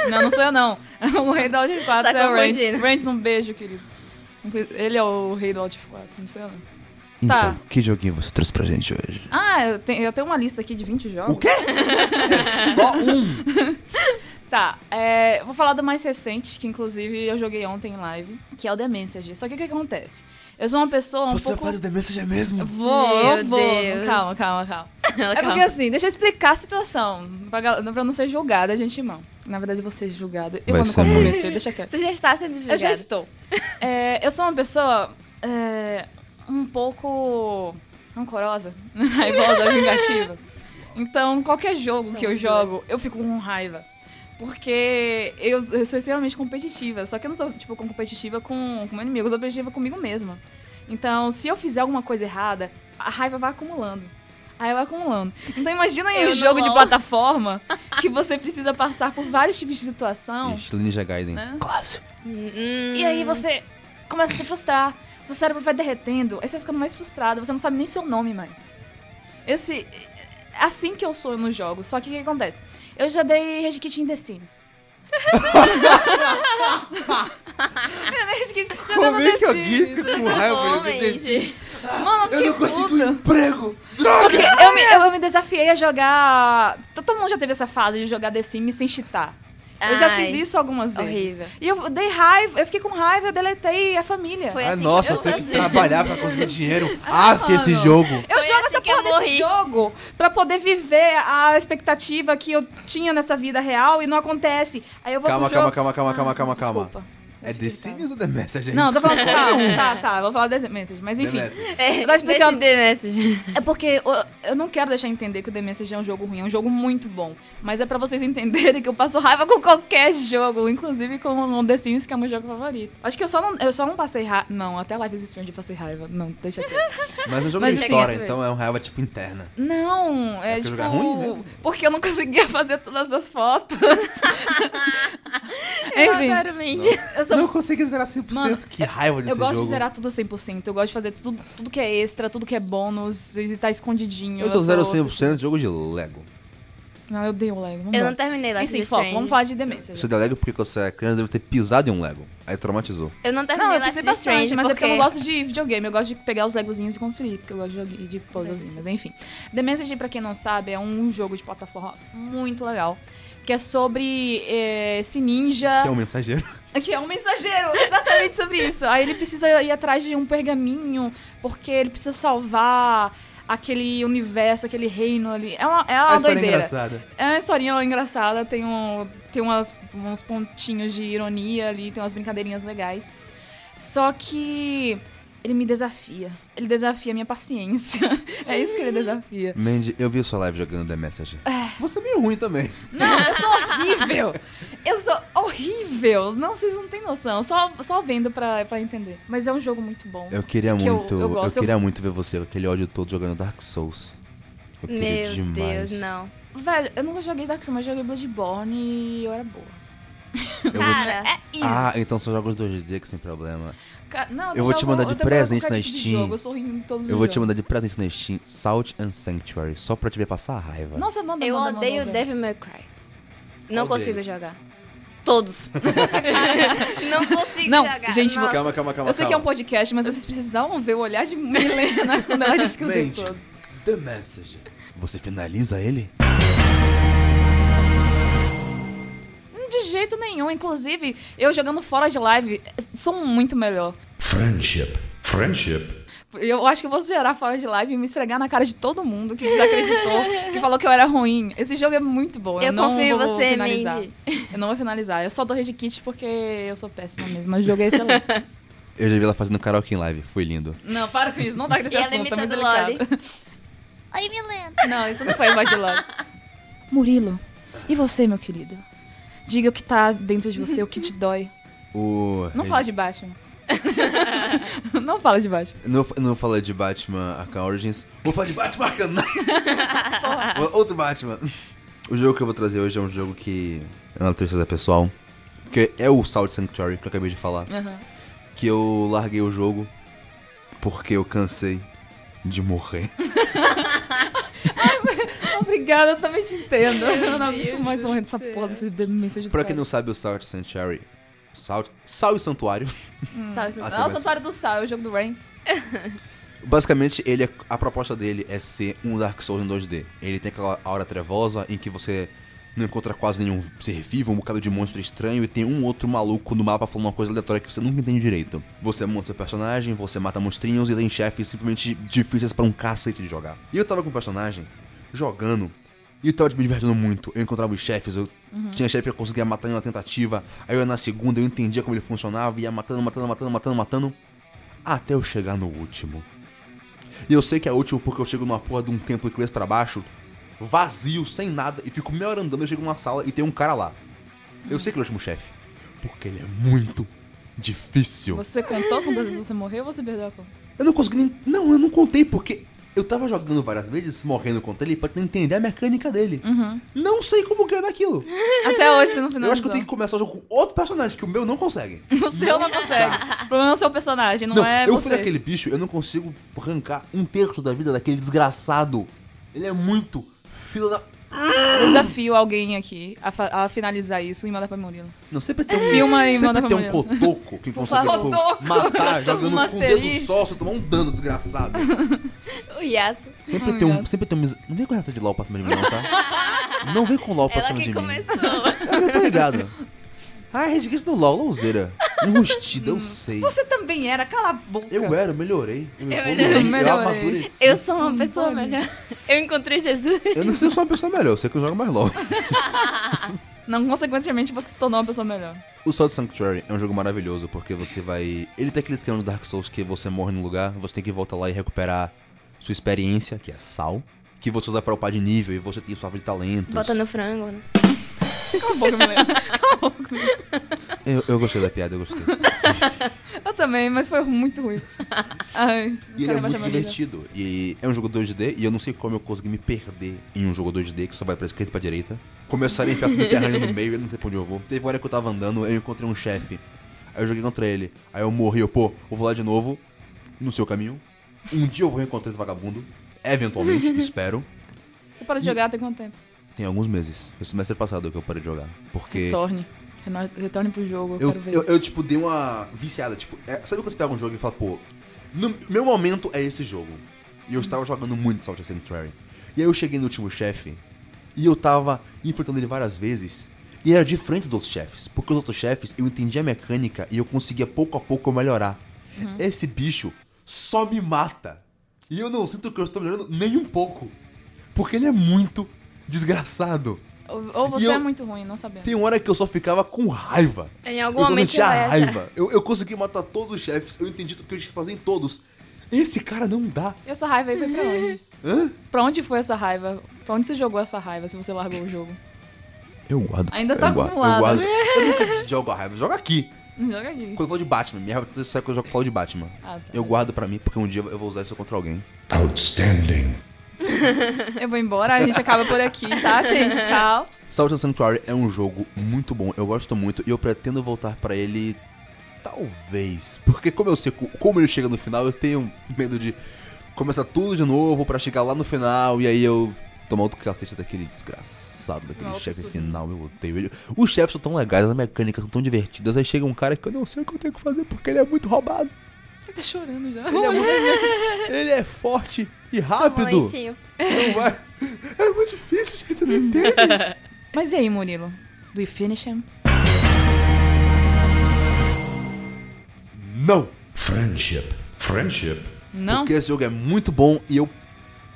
Speaker 2: Não, não sou eu, não. <laughs> O rei do Alt F4
Speaker 3: Tá
Speaker 2: é o Rants.
Speaker 3: confundindo.
Speaker 2: Rants, um beijo, querido. Inclu- Ele é o rei do Alt F4, não sou eu, não. Tá.
Speaker 1: Então, que joguinho você trouxe pra gente hoje?
Speaker 2: Ah, eu tenho, eu tenho uma lista aqui de 20 jogos.
Speaker 1: O quê? É <laughs> só um.
Speaker 2: Tá, é, vou falar do mais recente, que inclusive eu joguei ontem em live, que é o The Message. Só que o que acontece? Eu sou uma pessoa um
Speaker 1: Você
Speaker 2: pouco...
Speaker 1: faz o The Message mesmo?
Speaker 2: Vou, eu
Speaker 3: Meu
Speaker 2: vou.
Speaker 3: Deus.
Speaker 2: Calma, calma, calma.
Speaker 3: Ela
Speaker 2: É
Speaker 3: calma.
Speaker 2: porque assim, deixa eu explicar a situação, pra, gal- pra eu não ser julgada de antemão. Na verdade, eu vou ser julgada. Eu
Speaker 1: Vai
Speaker 2: vou me
Speaker 1: ser
Speaker 2: comprometer, deixa quieto.
Speaker 3: Você já está sendo julgada.
Speaker 2: Eu já estou. É, eu sou uma pessoa é, um pouco rancorosa, <laughs> né? raivosa, vingativa. Então, qualquer jogo que eu
Speaker 3: as duas.
Speaker 2: jogo, eu fico com raiva. Porque eu, eu sou extremamente competitiva. Só que eu não sou, tipo, competitiva com, com meu inimigo. Eu sou competitiva comigo mesma. Então, se eu fizer alguma coisa errada, a raiva vai acumulando. Aí vai acumulando. Então imagina aí
Speaker 3: Eu
Speaker 2: um
Speaker 3: no
Speaker 2: jogo de
Speaker 3: LOL.
Speaker 2: plataforma que você precisa passar por vários tipos de situação.
Speaker 1: Ixi, Ninja Gaiden.
Speaker 2: Né?
Speaker 1: Clássico.
Speaker 3: Hum,
Speaker 2: E aí você começa a se frustrar. Seu cérebro vai derretendo, aí você vai ficando mais frustrado, você não sabe nem seu nome mais. Esse. é Assim que eu sou nos jogos, só que o que acontece? Eu já dei Rage Kit em The Sims. eu dei Rage <laughs> Kit, já dei no
Speaker 1: Como é
Speaker 2: The
Speaker 1: que alguém
Speaker 2: Sims.
Speaker 1: fica com raiva?
Speaker 3: homem,
Speaker 1: de The Sims?
Speaker 3: gente.
Speaker 2: Mano,
Speaker 1: Eu
Speaker 2: que
Speaker 1: não consigo
Speaker 2: puta.
Speaker 1: emprego.
Speaker 2: Porque eu me, eu me desafiei a jogar. Todo mundo já teve essa fase de jogar The Sims sem cheatar. Eu já
Speaker 3: Ai,
Speaker 2: fiz isso algumas vezes.
Speaker 3: horrível.
Speaker 2: E eu dei raiva, eu fiquei com raiva, eu deletei a família.
Speaker 3: Foi
Speaker 1: Ah,
Speaker 3: assim
Speaker 1: nossa,
Speaker 3: que
Speaker 1: você
Speaker 2: <laughs>
Speaker 3: eu
Speaker 1: tem que trabalhar pra conseguir dinheiro.
Speaker 2: Ah,
Speaker 1: Aff, esse
Speaker 2: mano.
Speaker 1: jogo.
Speaker 2: Eu
Speaker 3: Foi
Speaker 2: jogo
Speaker 3: assim
Speaker 2: essa
Speaker 3: que eu
Speaker 2: porra desse
Speaker 3: morri.
Speaker 2: jogo pra poder viver a expectativa que eu tinha nessa vida real e não acontece. Aí eu vou
Speaker 1: Calma,
Speaker 2: pro jogo...
Speaker 1: calma, calma, calma, calma, calma, calma.
Speaker 2: Desculpa.
Speaker 1: É The Sims ou The Message? É
Speaker 2: Não,
Speaker 1: isso
Speaker 2: tô
Speaker 1: que
Speaker 2: falando...
Speaker 1: você-
Speaker 2: Calma, tá, tá, vou falar das Message, mas enfim.
Speaker 1: The Message.
Speaker 3: É,
Speaker 2: Eu vou explicar-
Speaker 3: desse The Message.
Speaker 2: É porque eu- eu não quero deixar entender que o The Message é um jogo ruim, é um jogo muito bom. Mas é pra vocês entenderem que eu passo raiva com qualquer jogo, inclusive com o The Sims, que é o meu jogo favorito. Acho que eu só não, eu só não passei raiva... Não, até Live is Strange eu passei raiva. Não, deixa quieto.
Speaker 1: <laughs> Mas é um jogo
Speaker 2: Mas
Speaker 1: de
Speaker 2: é
Speaker 1: história,
Speaker 3: isso.
Speaker 1: então é uma raiva tipo interna.
Speaker 2: Não, é,
Speaker 1: porque o
Speaker 2: tipo.
Speaker 1: jogo é ruim, né?
Speaker 2: Porque eu não conseguia <laughs> fazer todas as fotos.
Speaker 3: <laughs> Eu
Speaker 2: Enfim,
Speaker 3: adoro Mandy.
Speaker 2: eu sou.
Speaker 1: Não consegui zerar 100%.
Speaker 2: Mano,
Speaker 1: que raiva desse
Speaker 2: Eu gosto
Speaker 1: jogo.
Speaker 2: de zerar tudo 100%. Eu gosto de fazer tudo, tudo que é extra, tudo que é bônus e tá escondidinho.
Speaker 1: Eu sou zero
Speaker 2: obsess-
Speaker 1: 100% jogo de Lego.
Speaker 2: Não, eu odeio o Lego. vambora.
Speaker 3: Eu não terminei Life
Speaker 2: Enfim,
Speaker 3: is
Speaker 2: foco,
Speaker 3: Strange.
Speaker 2: vamos falar de demência.
Speaker 1: Você
Speaker 2: gente.
Speaker 1: é Lego porque quando você é criança deve ter pisado em um Lego. Aí traumatizou.
Speaker 3: Eu não
Speaker 2: Não,
Speaker 3: terminei
Speaker 2: eu
Speaker 3: Life
Speaker 2: pensei
Speaker 3: is
Speaker 2: bastante,
Speaker 3: Strange,
Speaker 2: mas é porque eu não gosto de videogame. Eu gosto de pegar os legozinhos e construir, porque eu gosto de jogu- de puzzlezinhos. Mas enfim. The Message, pra quem não sabe, é um jogo de plataforma muito legal. Que é sobre eh, esse ninja.
Speaker 1: Que é um mensageiro.
Speaker 2: Que é um mensageiro, exatamente sobre isso. Aí ele precisa ir atrás de um pergaminho, porque ele precisa salvar aquele universo, aquele reino ali. É uma, é
Speaker 1: <laughs> a
Speaker 2: uma
Speaker 1: história é
Speaker 2: doideira.
Speaker 1: engraçada.
Speaker 2: É uma historinha engraçada, tem, um, tem umas, uns pontinhos de ironia ali, tem umas brincadeirinhas legais. Só que ele me desafia. Ele desafia a minha paciência. <laughs> É isso que ele desafia.
Speaker 1: Mandy, eu vi sua live jogando The Message. Você é meio ruim também.
Speaker 2: Não, eu sou horrível. Eu sou horrível. Não, vocês não têm noção. Só, só vendo pra, pra entender. Mas é um jogo muito bom.
Speaker 1: Eu queria
Speaker 2: Que eu-
Speaker 1: muito. Eu,
Speaker 2: eu gosto, eu-
Speaker 1: queria muito ver você, com aquele ódio todo jogando Dark Souls. Eu queria
Speaker 3: Meu
Speaker 1: demais.
Speaker 3: Deus, não.
Speaker 2: Velho, eu nunca joguei Dark Souls, mas joguei Bloodborne e eu era boa.
Speaker 1: Eu vou te-
Speaker 3: Cara,
Speaker 1: Ah, então são jogos 2D que sem problema.
Speaker 2: Ca- Não,
Speaker 1: Eu vou te
Speaker 2: jogo-
Speaker 1: mandar de
Speaker 2: tenho problema com
Speaker 1: presente
Speaker 2: qualquer
Speaker 1: na
Speaker 2: tipo de
Speaker 1: Steam.
Speaker 2: jogo, eu sou ruim em todos os
Speaker 1: Eu vou te
Speaker 2: jogos.
Speaker 1: mandar de presente na Steam Salt and Sanctuary, só pra te ver passar a raiva.
Speaker 2: Nossa, manda,
Speaker 3: eu
Speaker 2: manda, manda,
Speaker 3: odeio
Speaker 2: manda.
Speaker 3: Devil May Cry. Não
Speaker 1: Qual
Speaker 3: consigo
Speaker 1: deles?
Speaker 3: jogar. <laughs> Todos. não consigo
Speaker 2: Não,
Speaker 3: jogar.
Speaker 2: gente,
Speaker 3: Nossa.
Speaker 1: Calma, calma, calma.
Speaker 2: Eu sei que é um podcast, mas vocês precisavam ver o olhar de Milena <laughs> quando ela disse que eu odeio
Speaker 1: Mente.
Speaker 2: todos.
Speaker 1: The Message. Você finaliza ele?
Speaker 2: De jeito nenhum. Inclusive, eu jogando fora de live, sou muito melhor.
Speaker 5: Friendship. Friendship.
Speaker 2: Eu acho que eu vou zerar fora de live e me esfregar na cara de todo mundo que desacreditou, que falou que eu era ruim. Esse jogo é muito bom. Eu,
Speaker 3: Eu
Speaker 2: não
Speaker 3: confio em
Speaker 2: vou
Speaker 3: você,
Speaker 2: finalizar.
Speaker 3: Mandy.
Speaker 2: Eu não vou finalizar. Eu só dou rage kit porque eu sou péssima mesmo. Mas o <laughs> jogo é excelente.
Speaker 1: Eu já vi ela fazendo karaoke em live, foi lindo.
Speaker 2: não, para com isso. Não dá desse
Speaker 3: E ela
Speaker 2: assunto. É muito
Speaker 3: imitando
Speaker 2: delicado. <laughs>
Speaker 3: Oi, Milena.
Speaker 2: Não, isso não foi voz de love. Murilo, e você, meu querido? Diga o que tá dentro de você, o que te dói.
Speaker 1: O...
Speaker 2: Não fala de Batman. <laughs> não fala de Batman.
Speaker 1: Não, não falei de Batman Arkham Origins. Vou falar de Batman Arkham <laughs> Knight. Outro Batman. O jogo que eu vou trazer hoje é um jogo que é uma tristeza pessoal. Que é o Salt Sanctuary, que eu acabei de falar. Que eu larguei o jogo porque eu cansei de morrer. <laughs>
Speaker 2: Obrigada, eu também te entendo. Eu não aguento mais morrendo dessa porra desse demência de
Speaker 1: pra quem não sabe, o Salt Sanctuary... Salt... Sal e Santuário.
Speaker 3: um
Speaker 1: Ah,
Speaker 2: Ah, o
Speaker 1: Sebastião.
Speaker 2: Santuário do Sal, é o jogo do Ranks.
Speaker 1: Basicamente, ele é- a proposta dele é ser um Dark Souls em 2D. Ele tem aquela aura trevosa em que você não encontra quase nenhum ser vivo, um bocado de monstro estranho e tem um outro maluco no mapa falando uma coisa aleatória que você nunca entende direito. Você monta seu personagem, você mata monstrinhos e tem chefes simplesmente difíceis pra um cacete de jogar. E eu tava com o personagem jogando e eu tava me divertindo muito. Eu encontrava os chefes, eu tinha chefe que eu conseguia matar em uma tentativa, aí eu ia na segunda, eu entendia como ele funcionava, ia matando, matando, matando, matando, matando, até eu chegar no último. E eu sei que é último porque eu chego numa porra de um templo que eu pra baixo, vazio, sem nada, e fico meia hora andando, eu chego numa sala e tem um cara lá. Eu sei que ele é o último chefe, porque ele é muito difícil.
Speaker 2: Você contou quantas vezes você morreu ou você perdeu a conta?
Speaker 1: Eu não consegui nem. Não, eu não contei porque eu tava jogando várias vezes, morrendo contra ele, pra tentar entender a mecânica dele. Não sei como ganhar
Speaker 2: <laughs>
Speaker 1: naquilo.
Speaker 2: Até hoje você Uhum. não finalizou.
Speaker 1: Eu acho que eu tenho que começar o jogo com outro personagem, que o meu não consegue.
Speaker 2: O seu não consegue. O problema é o seu personagem, não,
Speaker 1: Não,
Speaker 2: é
Speaker 1: eu
Speaker 2: você.
Speaker 1: fui aquele bicho, eu não consigo arrancar um terço da vida daquele desgraçado. Ele é muito fila da.
Speaker 2: Desafio alguém aqui a, fa- a finalizar isso e mandar pra Murilo.
Speaker 1: Não, sempre tem um,
Speaker 2: Filma e manda
Speaker 1: sempre
Speaker 2: pra
Speaker 1: tem um
Speaker 2: mulher.
Speaker 1: cotoco
Speaker 2: <laughs>
Speaker 1: que consegue
Speaker 2: favor.
Speaker 1: tipo,
Speaker 2: Cotoco. <laughs> Um
Speaker 1: matar jogando com o dedo
Speaker 2: Mastery.
Speaker 1: só, você tomar um dano desgraçado.
Speaker 3: O Yas.
Speaker 1: Sempre tem um. Sempre tem um. mis- Não vem com reta de LOL pra cima de mim, não, tá? Não vem com LOL pra
Speaker 3: Ela
Speaker 1: cima
Speaker 3: que
Speaker 1: de mim.
Speaker 3: começou.
Speaker 1: Ah, eu tô ligado. Ah, Redgate no LOL, louzeira. Enrustida, eu sei.
Speaker 2: Você também era, cala a boca.
Speaker 1: Eu era, eu melhorei. Eu,
Speaker 2: melhorei.
Speaker 1: eu
Speaker 2: Melhorei.
Speaker 1: amadureci.
Speaker 3: <laughs> Eu sou uma pessoa
Speaker 2: pode.
Speaker 3: melhor. Eu encontrei Jesus.
Speaker 1: Eu não sei se eu sou uma pessoa melhor, eu sei que eu jogo mais LOL.
Speaker 2: Não, consequentemente você se tornou uma pessoa melhor.
Speaker 1: O Sword Sanctuary é um jogo maravilhoso, porque você vai. Ele tem aquele esquema do Dark Souls que você morre num lugar, você tem que voltar lá e recuperar sua experiência, que é sal, que você usa pra upar de nível e você tem sua árvore de talentos.
Speaker 3: Bota no frango, né?
Speaker 2: Cala a boca, Milena. Cala a boca.
Speaker 1: Eu, eu gostei da piada, eu gostei.
Speaker 2: Eu também, mas foi
Speaker 1: <laughs>
Speaker 2: muito ruim. Ai,
Speaker 1: E ele
Speaker 2: cara,
Speaker 1: é
Speaker 2: baixa
Speaker 1: muito
Speaker 2: a barriga.
Speaker 1: divertido. E é um jogo 2D, e eu não sei como eu consegui me perder em um jogo 2D que só vai pra esquerda e pra direita. Começaram a enfiar subterrâneo no meio, eu não sei pra onde eu vou. Teve hora que eu tava andando, eu encontrei um chefe. Aí eu joguei contra ele. Aí eu morri, eu, pô, eu vou lá de novo, no seu caminho. Um dia eu vou reencontrar esse vagabundo. Eventualmente, espero.
Speaker 2: Você parou de jogar tem quanto tempo?
Speaker 1: Tem alguns meses. Foi semestre passado que eu parei de jogar. Porque.
Speaker 2: Retorne. Reno- Retorne pro jogo, eu,
Speaker 1: Eu,
Speaker 2: quero ver
Speaker 1: eu,
Speaker 2: isso.
Speaker 1: eu, tipo, dei uma viciada. Tipo, é- sabe quando você pega um jogo e fala, pô, no, meu momento é esse jogo. E eu estava jogando muito Salt and Sanctuary. E aí eu cheguei no último chefe e eu tava enfrentando ele várias vezes. E era diferente dos outros chefes, porque os outros chefes eu entendia a mecânica e eu conseguia pouco a pouco melhorar.
Speaker 2: Uhum.
Speaker 1: Esse bicho só me mata. E eu não sinto que eu estou melhorando nem um pouco. Porque ele é muito desgraçado.
Speaker 2: Ou, ou
Speaker 1: E
Speaker 2: você
Speaker 1: eu-
Speaker 2: é muito ruim, não sabemos.
Speaker 1: Tem hora que eu só ficava com raiva.
Speaker 2: É,
Speaker 3: Em algum
Speaker 1: eu só
Speaker 3: momento
Speaker 1: sentia
Speaker 3: você vai achar.
Speaker 1: raiva. Eu, eu consegui matar todos os chefes, eu entendi tudo que eu tinha que fazer em todos. Esse cara não dá.
Speaker 2: E essa raiva aí foi pra onde?
Speaker 1: Hã?
Speaker 2: Pra onde foi essa raiva? Pra onde você jogou essa raiva se você largou o jogo? <laughs>
Speaker 1: Eu guardo.
Speaker 2: Ainda tá
Speaker 1: eu guardo,
Speaker 2: acumulado.
Speaker 1: Eu, guardo. eu nunca jogo a raiva, eu jogo aqui.
Speaker 2: Joga aqui.
Speaker 1: Quando eu falo de Batman, minha raiva sai quando eu jogo- falo de Batman.
Speaker 2: Ah, tá.
Speaker 1: Eu guardo pra mim, porque um dia eu vou usar isso contra alguém.
Speaker 5: Outstanding.
Speaker 2: Eu vou embora, a gente acaba por aqui, tá, gente? Tchau.
Speaker 1: Salt and Sanctuary é um jogo muito bom, eu gosto muito e eu pretendo voltar pra ele. Talvez. Porque, como eu sei co- como ele chega no final, eu tenho medo de começar tudo de novo pra chegar lá no final e aí eu tomar outro cacete daquele desgraçado, daquele
Speaker 2: Nossa,
Speaker 1: chefe
Speaker 2: isso.
Speaker 1: final. Eu odeio ele. Os chefes são tão legais, as mecânicas são tão divertidas. Aí chega um cara que eu não sei o que eu tenho que fazer porque ele é muito roubado.
Speaker 2: Tá chorando
Speaker 1: <laughs>
Speaker 2: já.
Speaker 1: Ele é, muito- ele é forte e
Speaker 3: Toma um
Speaker 1: rápido.
Speaker 3: lencinho.
Speaker 1: Não vai. É muito difícil, gente, você não entende.
Speaker 2: Mas e aí, Murilo? Do you finish him?
Speaker 1: Não!
Speaker 5: Friendship. Friendship.
Speaker 2: Não?
Speaker 1: Porque esse jogo é muito bom e eu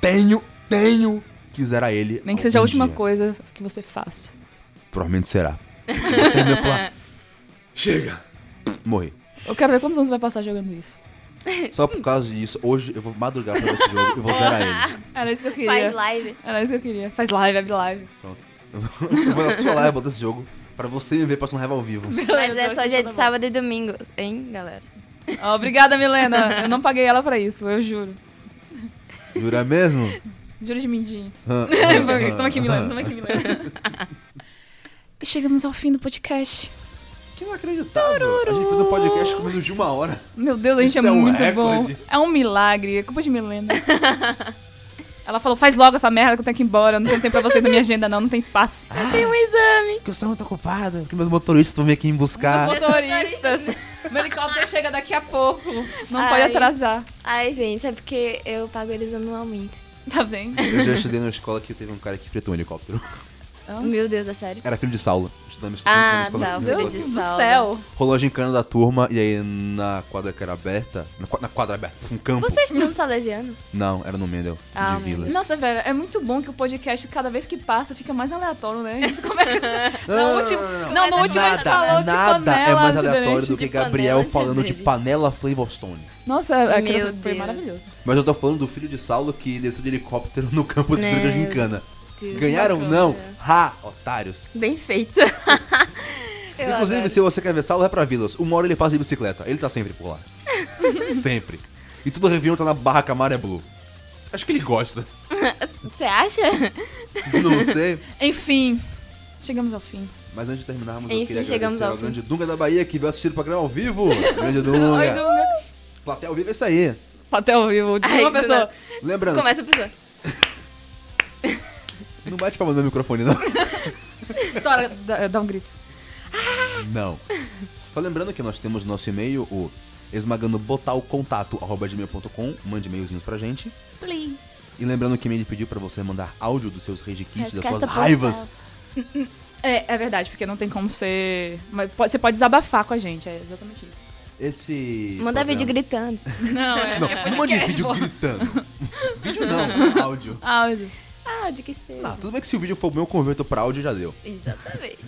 Speaker 1: tenho, tenho que zerar ele.
Speaker 2: Nem que seja a
Speaker 1: algum
Speaker 2: última
Speaker 1: dia.
Speaker 2: coisa que você faça.
Speaker 1: Provavelmente será. Eu termino e falar, <laughs> Chega! Morri.
Speaker 2: Eu quero ver quantos anos você vai passar jogando isso.
Speaker 1: Só por causa disso, hoje eu vou madrugar pra ver esse jogo e vou zerar
Speaker 2: <laughs>
Speaker 1: ele.
Speaker 2: Era isso que eu queria.
Speaker 3: Faz <laughs> live.
Speaker 2: Era isso que eu queria. Faz live, abre live.
Speaker 1: Eu vou na sua live desse jogo pra você me ver passando raiva ao vivo.
Speaker 3: Mas
Speaker 2: Eu
Speaker 3: é
Speaker 2: acho
Speaker 3: só
Speaker 2: que
Speaker 3: dia
Speaker 2: tá
Speaker 3: de
Speaker 2: bom.
Speaker 3: sábado e domingo, hein, galera?
Speaker 2: Ó, Ah, obrigada, Milena. Eu não paguei ela pra isso, eu juro.
Speaker 1: Jura mesmo?
Speaker 2: Juro de mindinho. <laughs>
Speaker 1: Hã? ah,
Speaker 2: toma aqui, Milena. Toma aqui,
Speaker 3: <laughs>
Speaker 2: Milena. E chegamos ao fim do podcast.
Speaker 1: Que inacreditável. A gente fez um podcast com menos de uma hora.
Speaker 2: Meu Deus, a gente
Speaker 1: Isso
Speaker 2: é,
Speaker 1: é um
Speaker 2: muito
Speaker 1: recorde.
Speaker 2: bom. É um milagre. É culpa de
Speaker 3: <laughs>
Speaker 2: Milena. Ela falou, faz logo essa merda que eu tenho que ir embora. Eu não tenho tempo pra vocês na minha agenda, não. Não tem espaço.
Speaker 3: Tem um exame.
Speaker 1: Porque eu sou muito ocupado. Porque meus motoristas vão vir aqui me buscar.
Speaker 2: Os <laughs> motoristas. Meu helicóptero chega daqui a pouco. Não pode
Speaker 3: Ai.
Speaker 2: atrasar.
Speaker 3: Ai, gente, é porque eu pago eles anualmente.
Speaker 2: Tá bem.
Speaker 1: Eu já estudei na escola que teve um cara que fretou um helicóptero.
Speaker 3: Meu Deus, é sério.
Speaker 1: Era filho de Saulo. Estudando
Speaker 3: Ah,
Speaker 1: escola,
Speaker 3: tá,
Speaker 1: na
Speaker 2: Meu
Speaker 1: escola.
Speaker 2: Deus
Speaker 3: Deus
Speaker 2: do
Speaker 3: salva.
Speaker 2: céu.
Speaker 1: Rolou a gincana da turma e aí na quadra que era aberta. Na, qua- na quadra aberta, um campo.
Speaker 3: Vocês estão salesiano?
Speaker 1: Não, era no Mendel,
Speaker 3: Ah,
Speaker 1: de Vilas.
Speaker 2: Nossa, velho, é muito bom que o podcast, cada vez que passa, fica mais aleatório, né? A gente começa. no último, não, no último a gente falou de
Speaker 1: Ah, é nada
Speaker 2: panela
Speaker 1: é mais
Speaker 2: de
Speaker 1: aleatório
Speaker 2: dente.
Speaker 1: do que
Speaker 3: de panela
Speaker 1: Gabriel
Speaker 3: de
Speaker 1: falando de
Speaker 3: dente.
Speaker 1: panela Flavorstone.
Speaker 2: Nossa, aquilo
Speaker 3: Meu
Speaker 2: foi
Speaker 3: Deus.
Speaker 2: maravilhoso.
Speaker 1: Mas eu tô falando do filho de Saulo que desceu de helicóptero no campo de
Speaker 3: Né,
Speaker 1: durante a gincana.
Speaker 3: Deus,
Speaker 1: Ganharam ou
Speaker 3: bacana.
Speaker 1: não? Ha, otários.
Speaker 3: Bem feito. <laughs> Eu
Speaker 1: Inclusive,
Speaker 3: adoro.
Speaker 1: se você quer ver Saulo, vai pra Vilas. Uma hora ele passa de bicicleta. Ele tá sempre por
Speaker 3: <laughs>
Speaker 1: lá. sempre. E tudo Réveillon tá na barra Camaré Blue. Acho que ele gosta.
Speaker 3: Você acha?
Speaker 1: Não sei.
Speaker 2: Enfim, chegamos ao fim.
Speaker 1: Mas antes de terminarmos, eu
Speaker 3: Enfim,
Speaker 1: queria
Speaker 3: chegamos
Speaker 1: agradecer
Speaker 3: ao
Speaker 1: ao
Speaker 3: fim.
Speaker 1: grande Dunga da Bahia que veio assistir o programa ao
Speaker 3: <laughs>
Speaker 1: vivo. grande
Speaker 2: Oi,
Speaker 1: Dunga.
Speaker 2: Dunga.
Speaker 1: Plateia ao vivo é isso aí.
Speaker 2: Até ao vivo. De
Speaker 3: Ai,
Speaker 2: uma
Speaker 3: Dunga.
Speaker 2: pessoa.
Speaker 1: Lembrando,
Speaker 3: Começa a pessoa.
Speaker 1: não bate palma no meu microfone,
Speaker 3: <laughs>
Speaker 1: não.
Speaker 2: História, dá, dá um grito.
Speaker 1: não. Só lembrando que nós temos nosso e-mail, o esmagando mande e-mailzinhos pra gente.
Speaker 3: Please.
Speaker 1: E lembrando que ele pediu pra você mandar áudio dos seus rage kits, das
Speaker 3: Resposta
Speaker 1: suas raivas.
Speaker 3: postal.
Speaker 2: É, é verdade, porque não tem como ser. Mas pode- você pode desabafar com a gente, é exatamente isso.
Speaker 1: Esse. programa-
Speaker 3: Manda vídeo gritando.
Speaker 2: Não, é.
Speaker 1: Não,
Speaker 2: é
Speaker 1: não mande
Speaker 2: podcast,
Speaker 1: vídeo
Speaker 2: pô.
Speaker 1: gritando.
Speaker 3: <laughs>
Speaker 1: vídeo não, áudio.
Speaker 2: Áudio.
Speaker 3: Ah, de que seja.
Speaker 1: Não, tudo bem que se o vídeo for meu, eu converto pra áudio e já deu.
Speaker 3: Exatamente.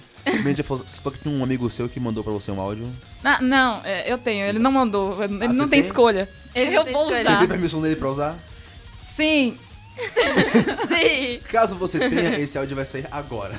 Speaker 1: Mendes falou, você falou que tem um amigo seu que mandou pra você um áudio.
Speaker 2: Ah, não, é, eu tenho, ele não mandou. Ele
Speaker 1: Ah,
Speaker 2: não
Speaker 1: você
Speaker 2: tem
Speaker 1: tem?
Speaker 2: escolha.
Speaker 3: Ele
Speaker 2: eu
Speaker 3: não tem
Speaker 2: vou
Speaker 3: escolha.
Speaker 1: Você
Speaker 2: usar.
Speaker 1: tem
Speaker 3: <laughs>
Speaker 1: permissão dele pra usar?
Speaker 2: Sim,
Speaker 3: Sim.
Speaker 1: Caso você tenha, esse áudio vai sair agora.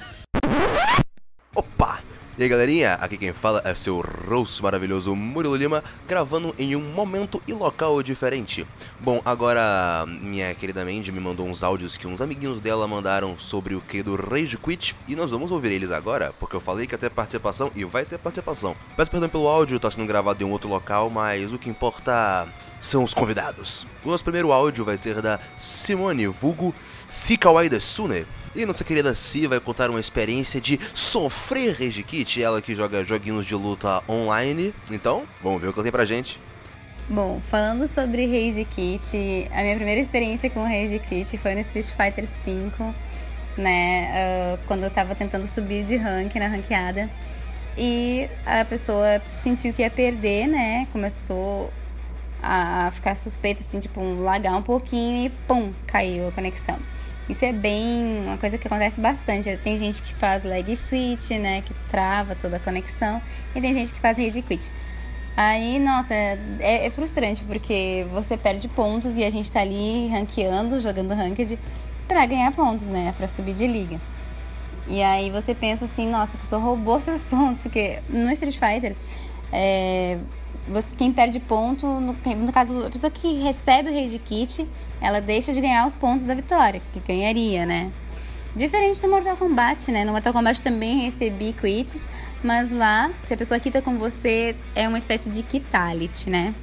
Speaker 1: Opa! E aí galerinha, aqui quem fala é seu rosto maravilhoso Murilo Lima, gravando em um momento e local diferente. Bom, agora minha querida Mandy me mandou uns áudios que uns amiguinhos dela mandaram sobre o querido Rage Quit e nós vamos ouvir eles agora, porque eu falei que ia ter participação e vai ter participação. Peço perdão pelo áudio, tá sendo gravado em um outro local, mas o que importa são os convidados. O nosso primeiro áudio vai ser da Simone Vugo Sikawai Desune. E nossa querida Si vai contar uma experiência de sofrer Rage Kit, ela que joga joguinhos de luta online. Então, vamos ver o que ela tem pra gente.
Speaker 6: Bom, falando sobre Rage Kit, a minha primeira experiência com Rage Kit foi no Street Fighter V, né? ah, quando eu tava tentando subir de rank na ranqueada. E a pessoa sentiu que ia perder, né? Começou a a ficar suspeita, assim, tipo, um, lagar um pouquinho e pum, caiu a conexão. Isso é bem uma coisa que acontece bastante. Tem gente que faz lag switch, né? Que trava toda a conexão. E tem gente que faz rage quit. Aí, nossa, é, é frustrante porque você perde pontos e a gente tá ali ranqueando, jogando ranked pra ganhar pontos, né? Pra subir de liga. E aí você pensa assim, nossa, a pessoa roubou <laughs> seus pontos, porque no Street Fighter, é, você, quem perde ponto, no, no caso, a pessoa que recebe o Rage Kit, ela deixa de ganhar os pontos da vitória, que ganharia, né? Diferente do Mortal Kombat, né? No Mortal Kombat também recebi quits, mas lá, se a pessoa quita com você, é uma espécie de quitality, né?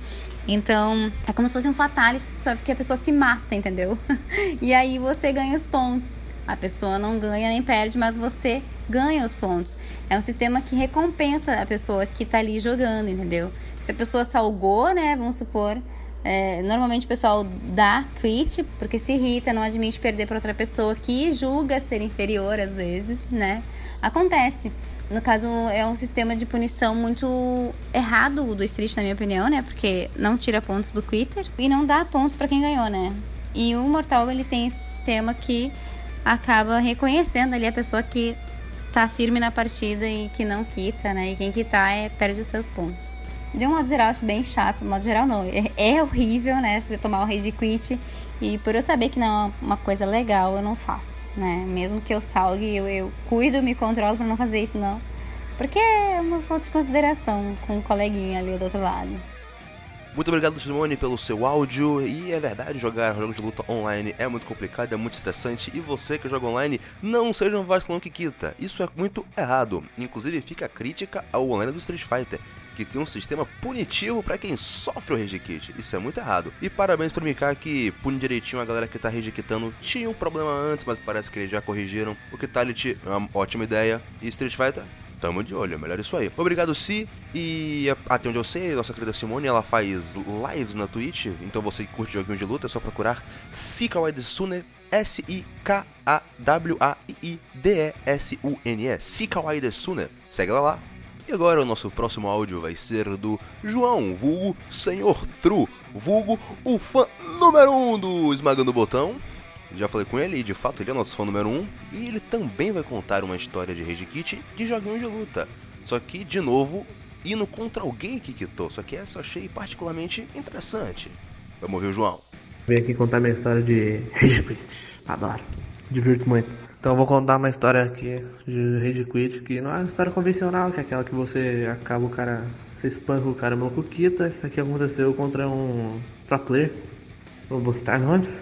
Speaker 6: Então, é como se fosse um fatality, só que a pessoa se mata, entendeu? <laughs> e aí você ganha os pontos. A pessoa não ganha nem perde, mas você ganha os pontos. É um sistema que recompensa a pessoa que tá ali jogando, entendeu? Se a pessoa salgou, né, vamos supor, é, normalmente o pessoal dá quit porque se irrita, não admite perder para outra pessoa que julga ser inferior às vezes, né? Acontece. No caso, é um sistema de punição muito errado o do Street, na minha opinião, né? Porque não tira pontos do quitter e não dá pontos para quem ganhou, né? E o Mortal, ele tem esse sistema que acaba reconhecendo ali a pessoa que tá firme na partida e que não quita, né? E quem quitar é, perde os seus pontos. De um modo geral, acho bem chato. De um modo geral, não. É, é horrível, né? Você tomar o rage quit. E por eu saber que não é uma coisa legal, eu não faço, né? Mesmo que eu salgue, eu, eu cuido, me controlo pra não fazer isso, não. Porque é uma falta de consideração com o coleguinha ali do outro lado.
Speaker 1: Muito obrigado, Simone, pelo seu áudio. E é verdade, jogar jogos de luta online é muito complicado, é muito estressante. E você que joga online, não seja um vacilão que quita. Isso é muito errado. Inclusive, fica a crítica ao online do Street Fighter. Que tem um sistema punitivo para quem sofre o rage quit. Isso é muito errado. E parabéns pro Mika que pune direitinho a galera que tá rage quitando. Tinha um problema antes, mas parece que eles já corrigiram. O Kitality é uma ótima ideia. E Street Fighter Tamo de olho, é melhor isso aí. Obrigado, Si. E até onde eu sei, nossa querida Simone, ela faz lives na Twitch. Então você que curte joguinho de luta, é só procurar Sikawaidesune, S-I-K-A-W-A-I-D-E-S-U-N-E. Sikawaidesune. Segue ela lá. E agora o nosso próximo áudio vai ser do João, vulgo Senhor Tru, vulgo o fã número 1 um do Esmagando o Botão. Já falei com ele e de fato ele é nosso fã número 1 um, e ele também vai contar uma história de Rage Kit de joguinho de luta. Só que, de novo, indo contra alguém que quitou. Só que essa eu achei particularmente interessante. Vamos ouvir o João.
Speaker 7: Vim aqui contar minha história de <laughs> Rage Quit. Adoro. Divirto muito. Então eu vou contar uma história aqui de Rage Quit que não é uma história convencional, que é aquela que você acaba o cara. Você espanca o cara maluco quita. Isso aqui aconteceu contra um pro player. tá Eu vou citar nomes.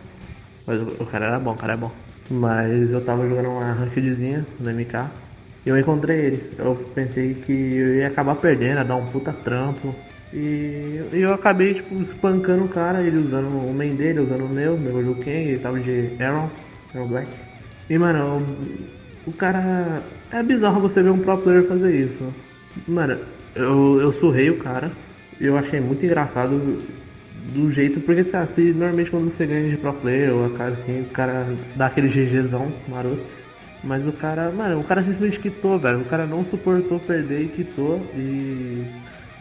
Speaker 7: Mas o cara era bom, o cara é bom. Mas eu tava jogando uma rankedzinha no MK e eu encontrei ele. Eu pensei que eu ia acabar perdendo, ia dar um puta trampo. E e eu acabei, tipo, espancando o cara, ele usando o main dele, usando o meu, meu Liu Kang, ele tava de Aaron, Aaron Black. E, mano, o, o cara... É bizarro você ver um pro player fazer isso. Mano, eu, eu surrei o cara, eu achei muito engraçado do jeito, porque sabe, se normalmente quando você ganha de pro player ou a cara assim, o cara dá aquele GGzão maroto. Mas o cara, mano, o cara simplesmente quitou, velho. O cara não suportou perder e quitou e.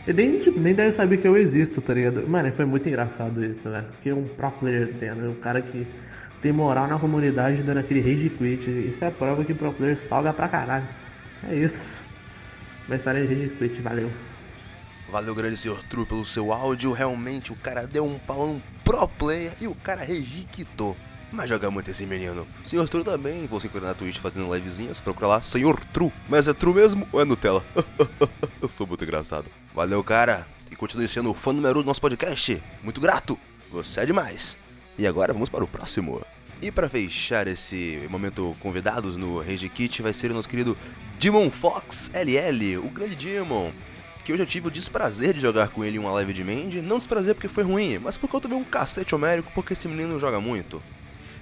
Speaker 7: Ele nem, tipo, nem deve saber que eu existo, tá ligado? Mano, foi muito engraçado isso, velho. Que um pro player tendo, um cara que tem moral na comunidade dando aquele rage quit. Isso é a prova que pro player salga pra caralho. É isso. Mensagem de rage quit, valeu.
Speaker 1: Valeu, grande senhor Tru, pelo seu áudio. Realmente, o cara deu um pau num pro player e o cara regiquitou. Mas joga muito esse menino. Senhor Tru também, você encontrar na Twitch fazendo livezinha, se procurar lá, Senhor Tru. Mas é Tru mesmo ou é Nutella? <laughs> Eu sou muito engraçado. Valeu, cara. E continue sendo o fã número um do nosso podcast. Muito grato. Você é demais. E agora vamos para o próximo. E para fechar esse momento convidados no Rage Kit vai ser o nosso querido Demon Fox LL, o grande Demon que eu já tive o desprazer de jogar com ele em uma live de Mandy, não desprazer porque foi ruim, mas porque eu tomei um cacete homérico porque esse menino joga muito.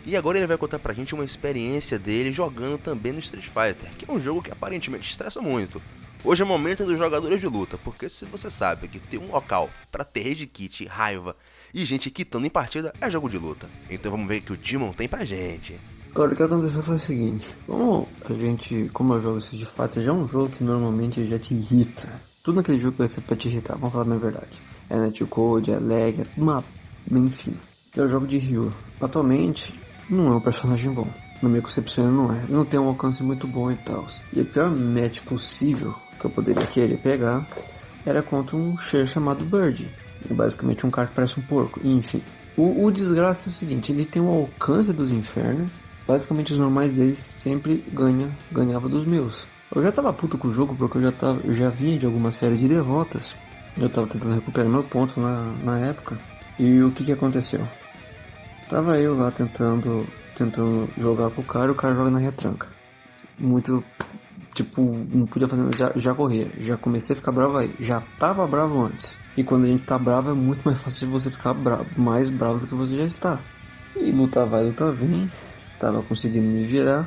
Speaker 1: E agora ele vai contar pra gente uma experiência dele jogando também no Street Fighter, que é um jogo que aparentemente estressa muito. Hoje é o momento dos jogadores de luta, porque se você sabe que tem um local para ter rage kit, raiva e gente quitando em partida, é jogo de luta. Então vamos ver o que o Demon tem pra gente.
Speaker 8: Cara, o que aconteceu foi o seguinte, como a gente, como eu jogo Street Fighter, já é um jogo que normalmente já te irrita, tudo naquele jogo é feito pra te irritar, vamos falar a minha verdade. É netcode, é lag, é uma... enfim. É o jogo de Ryu. Atualmente, não é um personagem bom. na minha concepção ele não é. Ele não tem um alcance muito bom e tal. E a pior match possível que eu poderia querer pegar era contra um cheiro chamado Bird. É basicamente um cara que parece um porco. Enfim. O, o desgraça é o seguinte, ele tem o alcance dos infernos. Basicamente os normais deles sempre ganha, ganhava dos meus. Eu já tava puto com o jogo porque eu já, tava, eu já vinha de alguma série de derrotas. Eu tava tentando recuperar meu ponto na, na época. E o que que aconteceu? Tava eu lá tentando tentando jogar com o cara, o cara joga na retranca. Muito, tipo, não podia fazer nada, já, já corria. Já comecei a ficar bravo aí, já tava bravo antes. E quando a gente tá bravo é muito mais fácil de você ficar bravo, mais bravo do que você já está. E luta vai, luta vem, tava conseguindo me virar.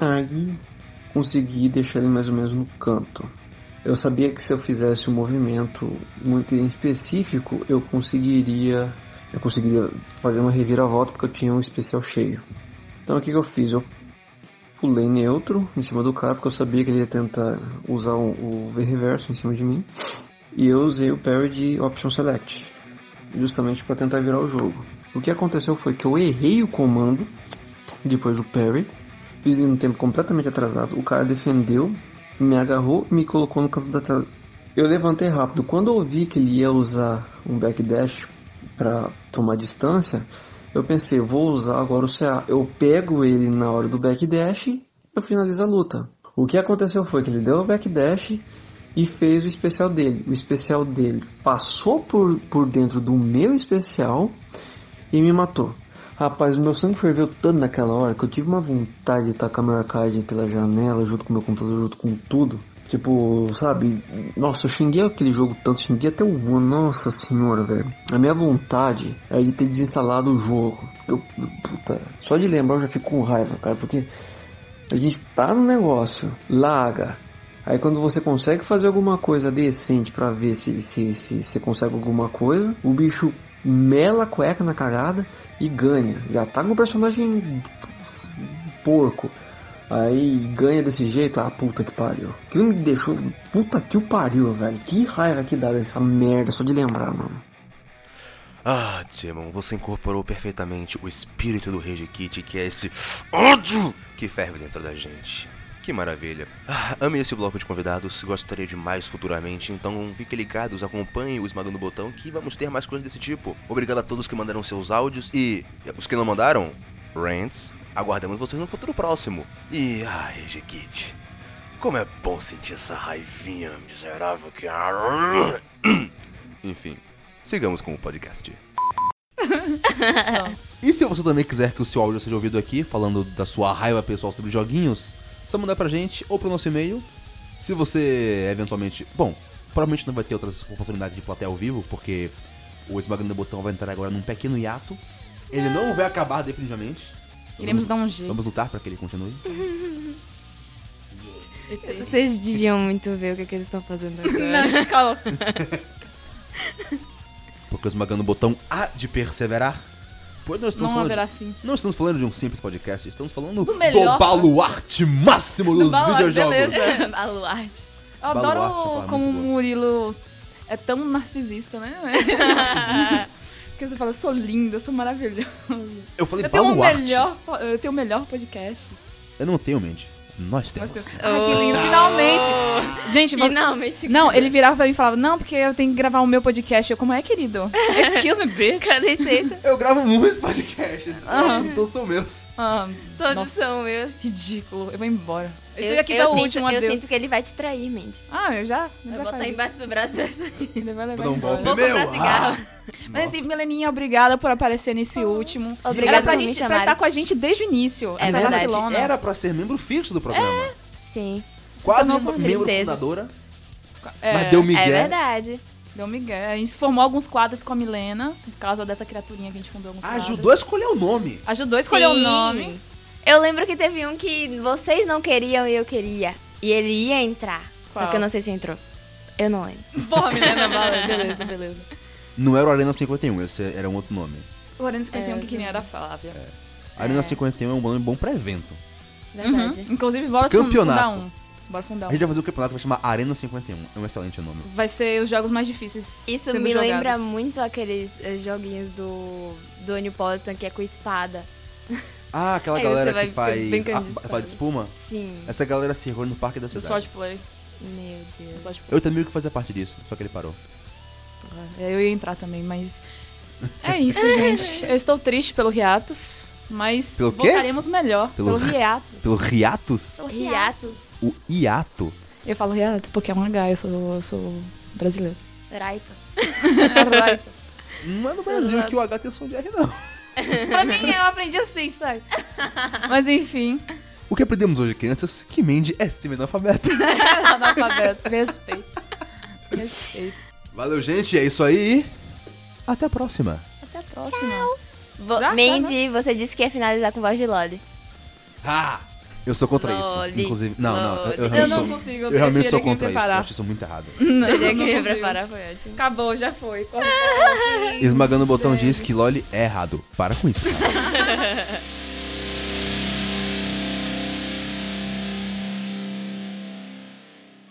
Speaker 8: Aí consegui deixar ele mais ou menos no canto. Eu sabia que se eu fizesse um movimento muito em específico, eu conseguiria eu conseguiria fazer uma reviravolta porque eu tinha um especial cheio. Então o que, que eu fiz? Eu pulei neutro em cima do cara porque eu sabia que ele ia tentar usar o, o V reverso em cima de mim. E eu usei o parry de Option Select, justamente para tentar virar o jogo. O que aconteceu foi que eu errei o comando depois do parry, fiz em um tempo completamente atrasado. O cara defendeu, me agarrou e me colocou no canto da tela. Eu levantei rápido. Quando eu vi que ele ia usar um backdash para tomar distância, eu pensei, eu vou usar agora o CA. Eu pego ele na hora do backdash, eu finalizo a luta. O que aconteceu foi que ele deu o backdash e fez o especial dele. O especial dele passou por, por dentro do meu especial e me matou. Rapaz, meu sangue ferveu tanto naquela hora que eu tive uma vontade de tacar meu arcade pela janela, junto com meu computador, junto com tudo. Tipo, sabe? Nossa, eu xinguei aquele jogo tanto, xinguei até o One, nossa senhora, velho. A minha vontade era de ter desinstalado o jogo. Eu, puta, só de lembrar eu já fico com raiva, cara, porque a gente tá no negócio, larga. Aí quando você consegue fazer alguma coisa decente para ver se, se, se você consegue alguma coisa, o bicho mela a cueca na cagada e ganha. Já tá com o personagem porco. Aí ganha desse jeito, ah, puta que pariu. Aquilo me deixou. Puta que o pariu, velho. Que raiva que dá dessa merda, só de lembrar, mano.
Speaker 9: Ah, Timon, você incorporou perfeitamente o espírito do Rage Kit, que é esse ódio que ferve dentro da gente. Que maravilha. Ah, amei esse bloco de convidados, gostaria de mais futuramente, então fiquem ligados, acompanhem o Esmagando o Botão que vamos ter mais coisas desse tipo. Obrigado a todos que mandaram seus áudios e. eh, os que não mandaram, rants, aguardamos vocês no futuro próximo. E. ai, Rage Kit. Como é bom sentir essa raivinha miserável que. é <coughs> Enfim, sigamos com o podcast.
Speaker 1: E se você também quiser que o seu áudio seja ouvido aqui, falando da sua raiva pessoal sobre joguinhos, é só mandar pra gente ou pro nosso e-mail. Se você eventualmente. Bom, provavelmente não vai ter outras oportunidades de plateia ao vivo, porque o Esmagando o Botão vai entrar agora num pequeno hiato. Ele não vai acabar definitivamente.
Speaker 2: Ah. Iremos dar um jeito.
Speaker 1: Vamos lutar pra que ele continue.
Speaker 3: Vocês deviam muito ver o que, é que eles estão fazendo
Speaker 2: <laughs>
Speaker 3: agora.
Speaker 2: escola.
Speaker 1: <laughs> Porque o Esmagando o Botão há de perseverar. Pois nós estamos
Speaker 2: Não
Speaker 1: falando de-
Speaker 2: haverá fim.
Speaker 1: Não estamos falando de um simples podcast, estamos falando do,
Speaker 2: melhor.
Speaker 1: baluarte máximo dos
Speaker 2: baluarte,
Speaker 1: videojogos.
Speaker 2: beleza. Eu
Speaker 3: Baluarte.
Speaker 1: Baluarte, essa palavra
Speaker 2: adoro
Speaker 1: é
Speaker 2: como o
Speaker 1: muito boa.
Speaker 2: Murilo é tão narcisista, né?
Speaker 1: <laughs>
Speaker 2: Narcisista. Porque você fala, eu sou linda, eu sou maravilhosa.
Speaker 1: Eu falei
Speaker 2: Eu tenho, o
Speaker 1: baluarte.
Speaker 2: melhor, po- eu tenho o melhor podcast.
Speaker 1: Eu não tenho, Mandy. Nós temos.
Speaker 2: Nós temos-
Speaker 3: Ah,
Speaker 2: Ai, que lindo, finalmente! Gente, vo-
Speaker 3: Oh. Finalmente.
Speaker 2: Não, ele virava pra mim e falava, não, porque eu tenho que gravar o meu podcast. Eu, como é,
Speaker 3: <laughs>
Speaker 2: querido? Excuse me, bitch.
Speaker 3: Com licença,
Speaker 1: Eu gravo muitos podcasts. Nossa, todos são meus.
Speaker 2: Ah,
Speaker 3: todos
Speaker 2: Nossa.
Speaker 3: são meus.
Speaker 2: ridículo, eu vou embora. Esse
Speaker 3: Eu,
Speaker 2: daqui
Speaker 3: eu
Speaker 2: tá o
Speaker 3: sinto,
Speaker 2: último,
Speaker 3: eu
Speaker 2: adeus.
Speaker 3: sinto que ele vai te trair, Mandy.
Speaker 2: Ah, eu já? Eu
Speaker 3: Vai
Speaker 2: já
Speaker 3: botar
Speaker 2: falei.
Speaker 3: embaixo do braço essa. <laughs>
Speaker 2: Ele vai levar
Speaker 1: Vou dar um
Speaker 2: embora.
Speaker 1: golpe.
Speaker 3: Vou
Speaker 1: Meu,
Speaker 3: comprar cigarro.
Speaker 2: Mas assim, Meleninha, obrigada por aparecer nesse último.
Speaker 3: Uhum. Obrigada
Speaker 2: Era pra,
Speaker 3: por me
Speaker 2: gente, pra
Speaker 3: chamarem.
Speaker 2: estar com a gente desde o início.
Speaker 3: É
Speaker 2: essa
Speaker 1: Ela
Speaker 3: verdade.
Speaker 2: vacilona.
Speaker 1: Era pra ser membro fixo do programa.
Speaker 3: Sim.
Speaker 1: Quase
Speaker 2: tornou
Speaker 1: membro
Speaker 3: uma tristeza.
Speaker 1: fundadora.
Speaker 2: É,
Speaker 1: Mas deu
Speaker 3: É
Speaker 1: migué.
Speaker 3: verdade.
Speaker 2: deu migué. A gente formou alguns quadros com a Milena, por causa dessa criaturinha que a gente fundou alguns
Speaker 1: Ah, Ajudou
Speaker 2: quadros.
Speaker 1: a escolher o nome.
Speaker 2: Ajudou a escolher o
Speaker 3: Sim.
Speaker 2: um nome.
Speaker 3: Eu lembro que teve um que vocês não queriam e eu queria. E ele ia entrar.
Speaker 2: Qual?
Speaker 3: Só que eu não sei se entrou. Eu não lembro.
Speaker 2: Porra, <laughs> Milena, valeu. Beleza, beleza.
Speaker 1: Não era o Arena 51, esse era um outro nome.
Speaker 2: O Arena 51
Speaker 3: É,
Speaker 2: que queria era a Flávia.
Speaker 1: Arena 51 é um nome bom pra evento.
Speaker 3: Verdade.
Speaker 2: Uhum. Inclusive, bora fun-
Speaker 1: Campeonato.
Speaker 2: fundar um. Bora fundar
Speaker 1: A
Speaker 2: um.
Speaker 1: gente vai fazer um campeonato que vai chamar Arena 51. É um excelente nome.
Speaker 2: Vai ser os jogos mais difíceis.
Speaker 3: Isso
Speaker 2: sendo
Speaker 3: me lembra
Speaker 2: jogados.
Speaker 3: muito aqueles eh, joguinhos do, do Neapolitan que é com espada.
Speaker 1: Ah, aquela
Speaker 3: Aí
Speaker 1: galera
Speaker 3: você vai
Speaker 1: que
Speaker 3: ficar
Speaker 1: faz,
Speaker 3: brincando
Speaker 1: ah,
Speaker 3: de
Speaker 1: fa- faz espuma.
Speaker 3: Sim.
Speaker 1: Essa galera se reúne no Parque da
Speaker 2: Do
Speaker 1: Cidade.
Speaker 2: Sword Play.
Speaker 3: Meu
Speaker 2: Do
Speaker 3: Deus.
Speaker 2: Sword Play.
Speaker 1: Eu também que fazia parte disso, só que ele parou.
Speaker 2: É, Eu ia entrar também, mas. É isso, gente. Eu estou triste pelo Riatos, mas
Speaker 1: Pelo quê?
Speaker 2: voltaremos melhor. Pelo,
Speaker 1: Pelo-
Speaker 2: Riatos.
Speaker 1: Pelo Riatus?
Speaker 2: Pelo
Speaker 3: Riatos.
Speaker 1: O hiato?
Speaker 2: Eu falo Riato porque é um H, eu sou, eu sou brasileiro.
Speaker 3: Raito.
Speaker 1: Não é no Brasil que o H tem som de R, não.
Speaker 2: <laughs> pra mim, eu aprendi assim, sabe? Mas enfim,
Speaker 1: O que aprendemos hoje, crianças? Que Mandy é semi-analfabeto.
Speaker 2: analfabeto. Respeito. Respeito.
Speaker 1: <laughs> Valeu, gente. É isso aí. Até a próxima.
Speaker 2: Até a próxima. Tchau.
Speaker 3: Vo
Speaker 2: Já, já,
Speaker 3: Mandy, você disse que ia finalizar com voz de Loli.
Speaker 1: Ah! Eu sou contra isso.
Speaker 3: Loli.
Speaker 1: Inclusive. Não, não. Eu, eu
Speaker 3: Loli.
Speaker 2: Eu
Speaker 1: realmente,
Speaker 2: não
Speaker 1: sou,
Speaker 2: consigo,
Speaker 1: eu
Speaker 2: eu,
Speaker 1: realmente
Speaker 2: teria
Speaker 1: sou
Speaker 2: que me
Speaker 1: contra isso. Eu
Speaker 2: preparar.
Speaker 1: acho isso muito errado.
Speaker 2: Não,
Speaker 3: Teria
Speaker 2: não
Speaker 3: é que me
Speaker 2: consigo.
Speaker 3: preparar, foi ótimo.
Speaker 2: Acabou, já foi. Corre.
Speaker 1: Esmagando o botão diz que Loli é errado. Para com isso, cara.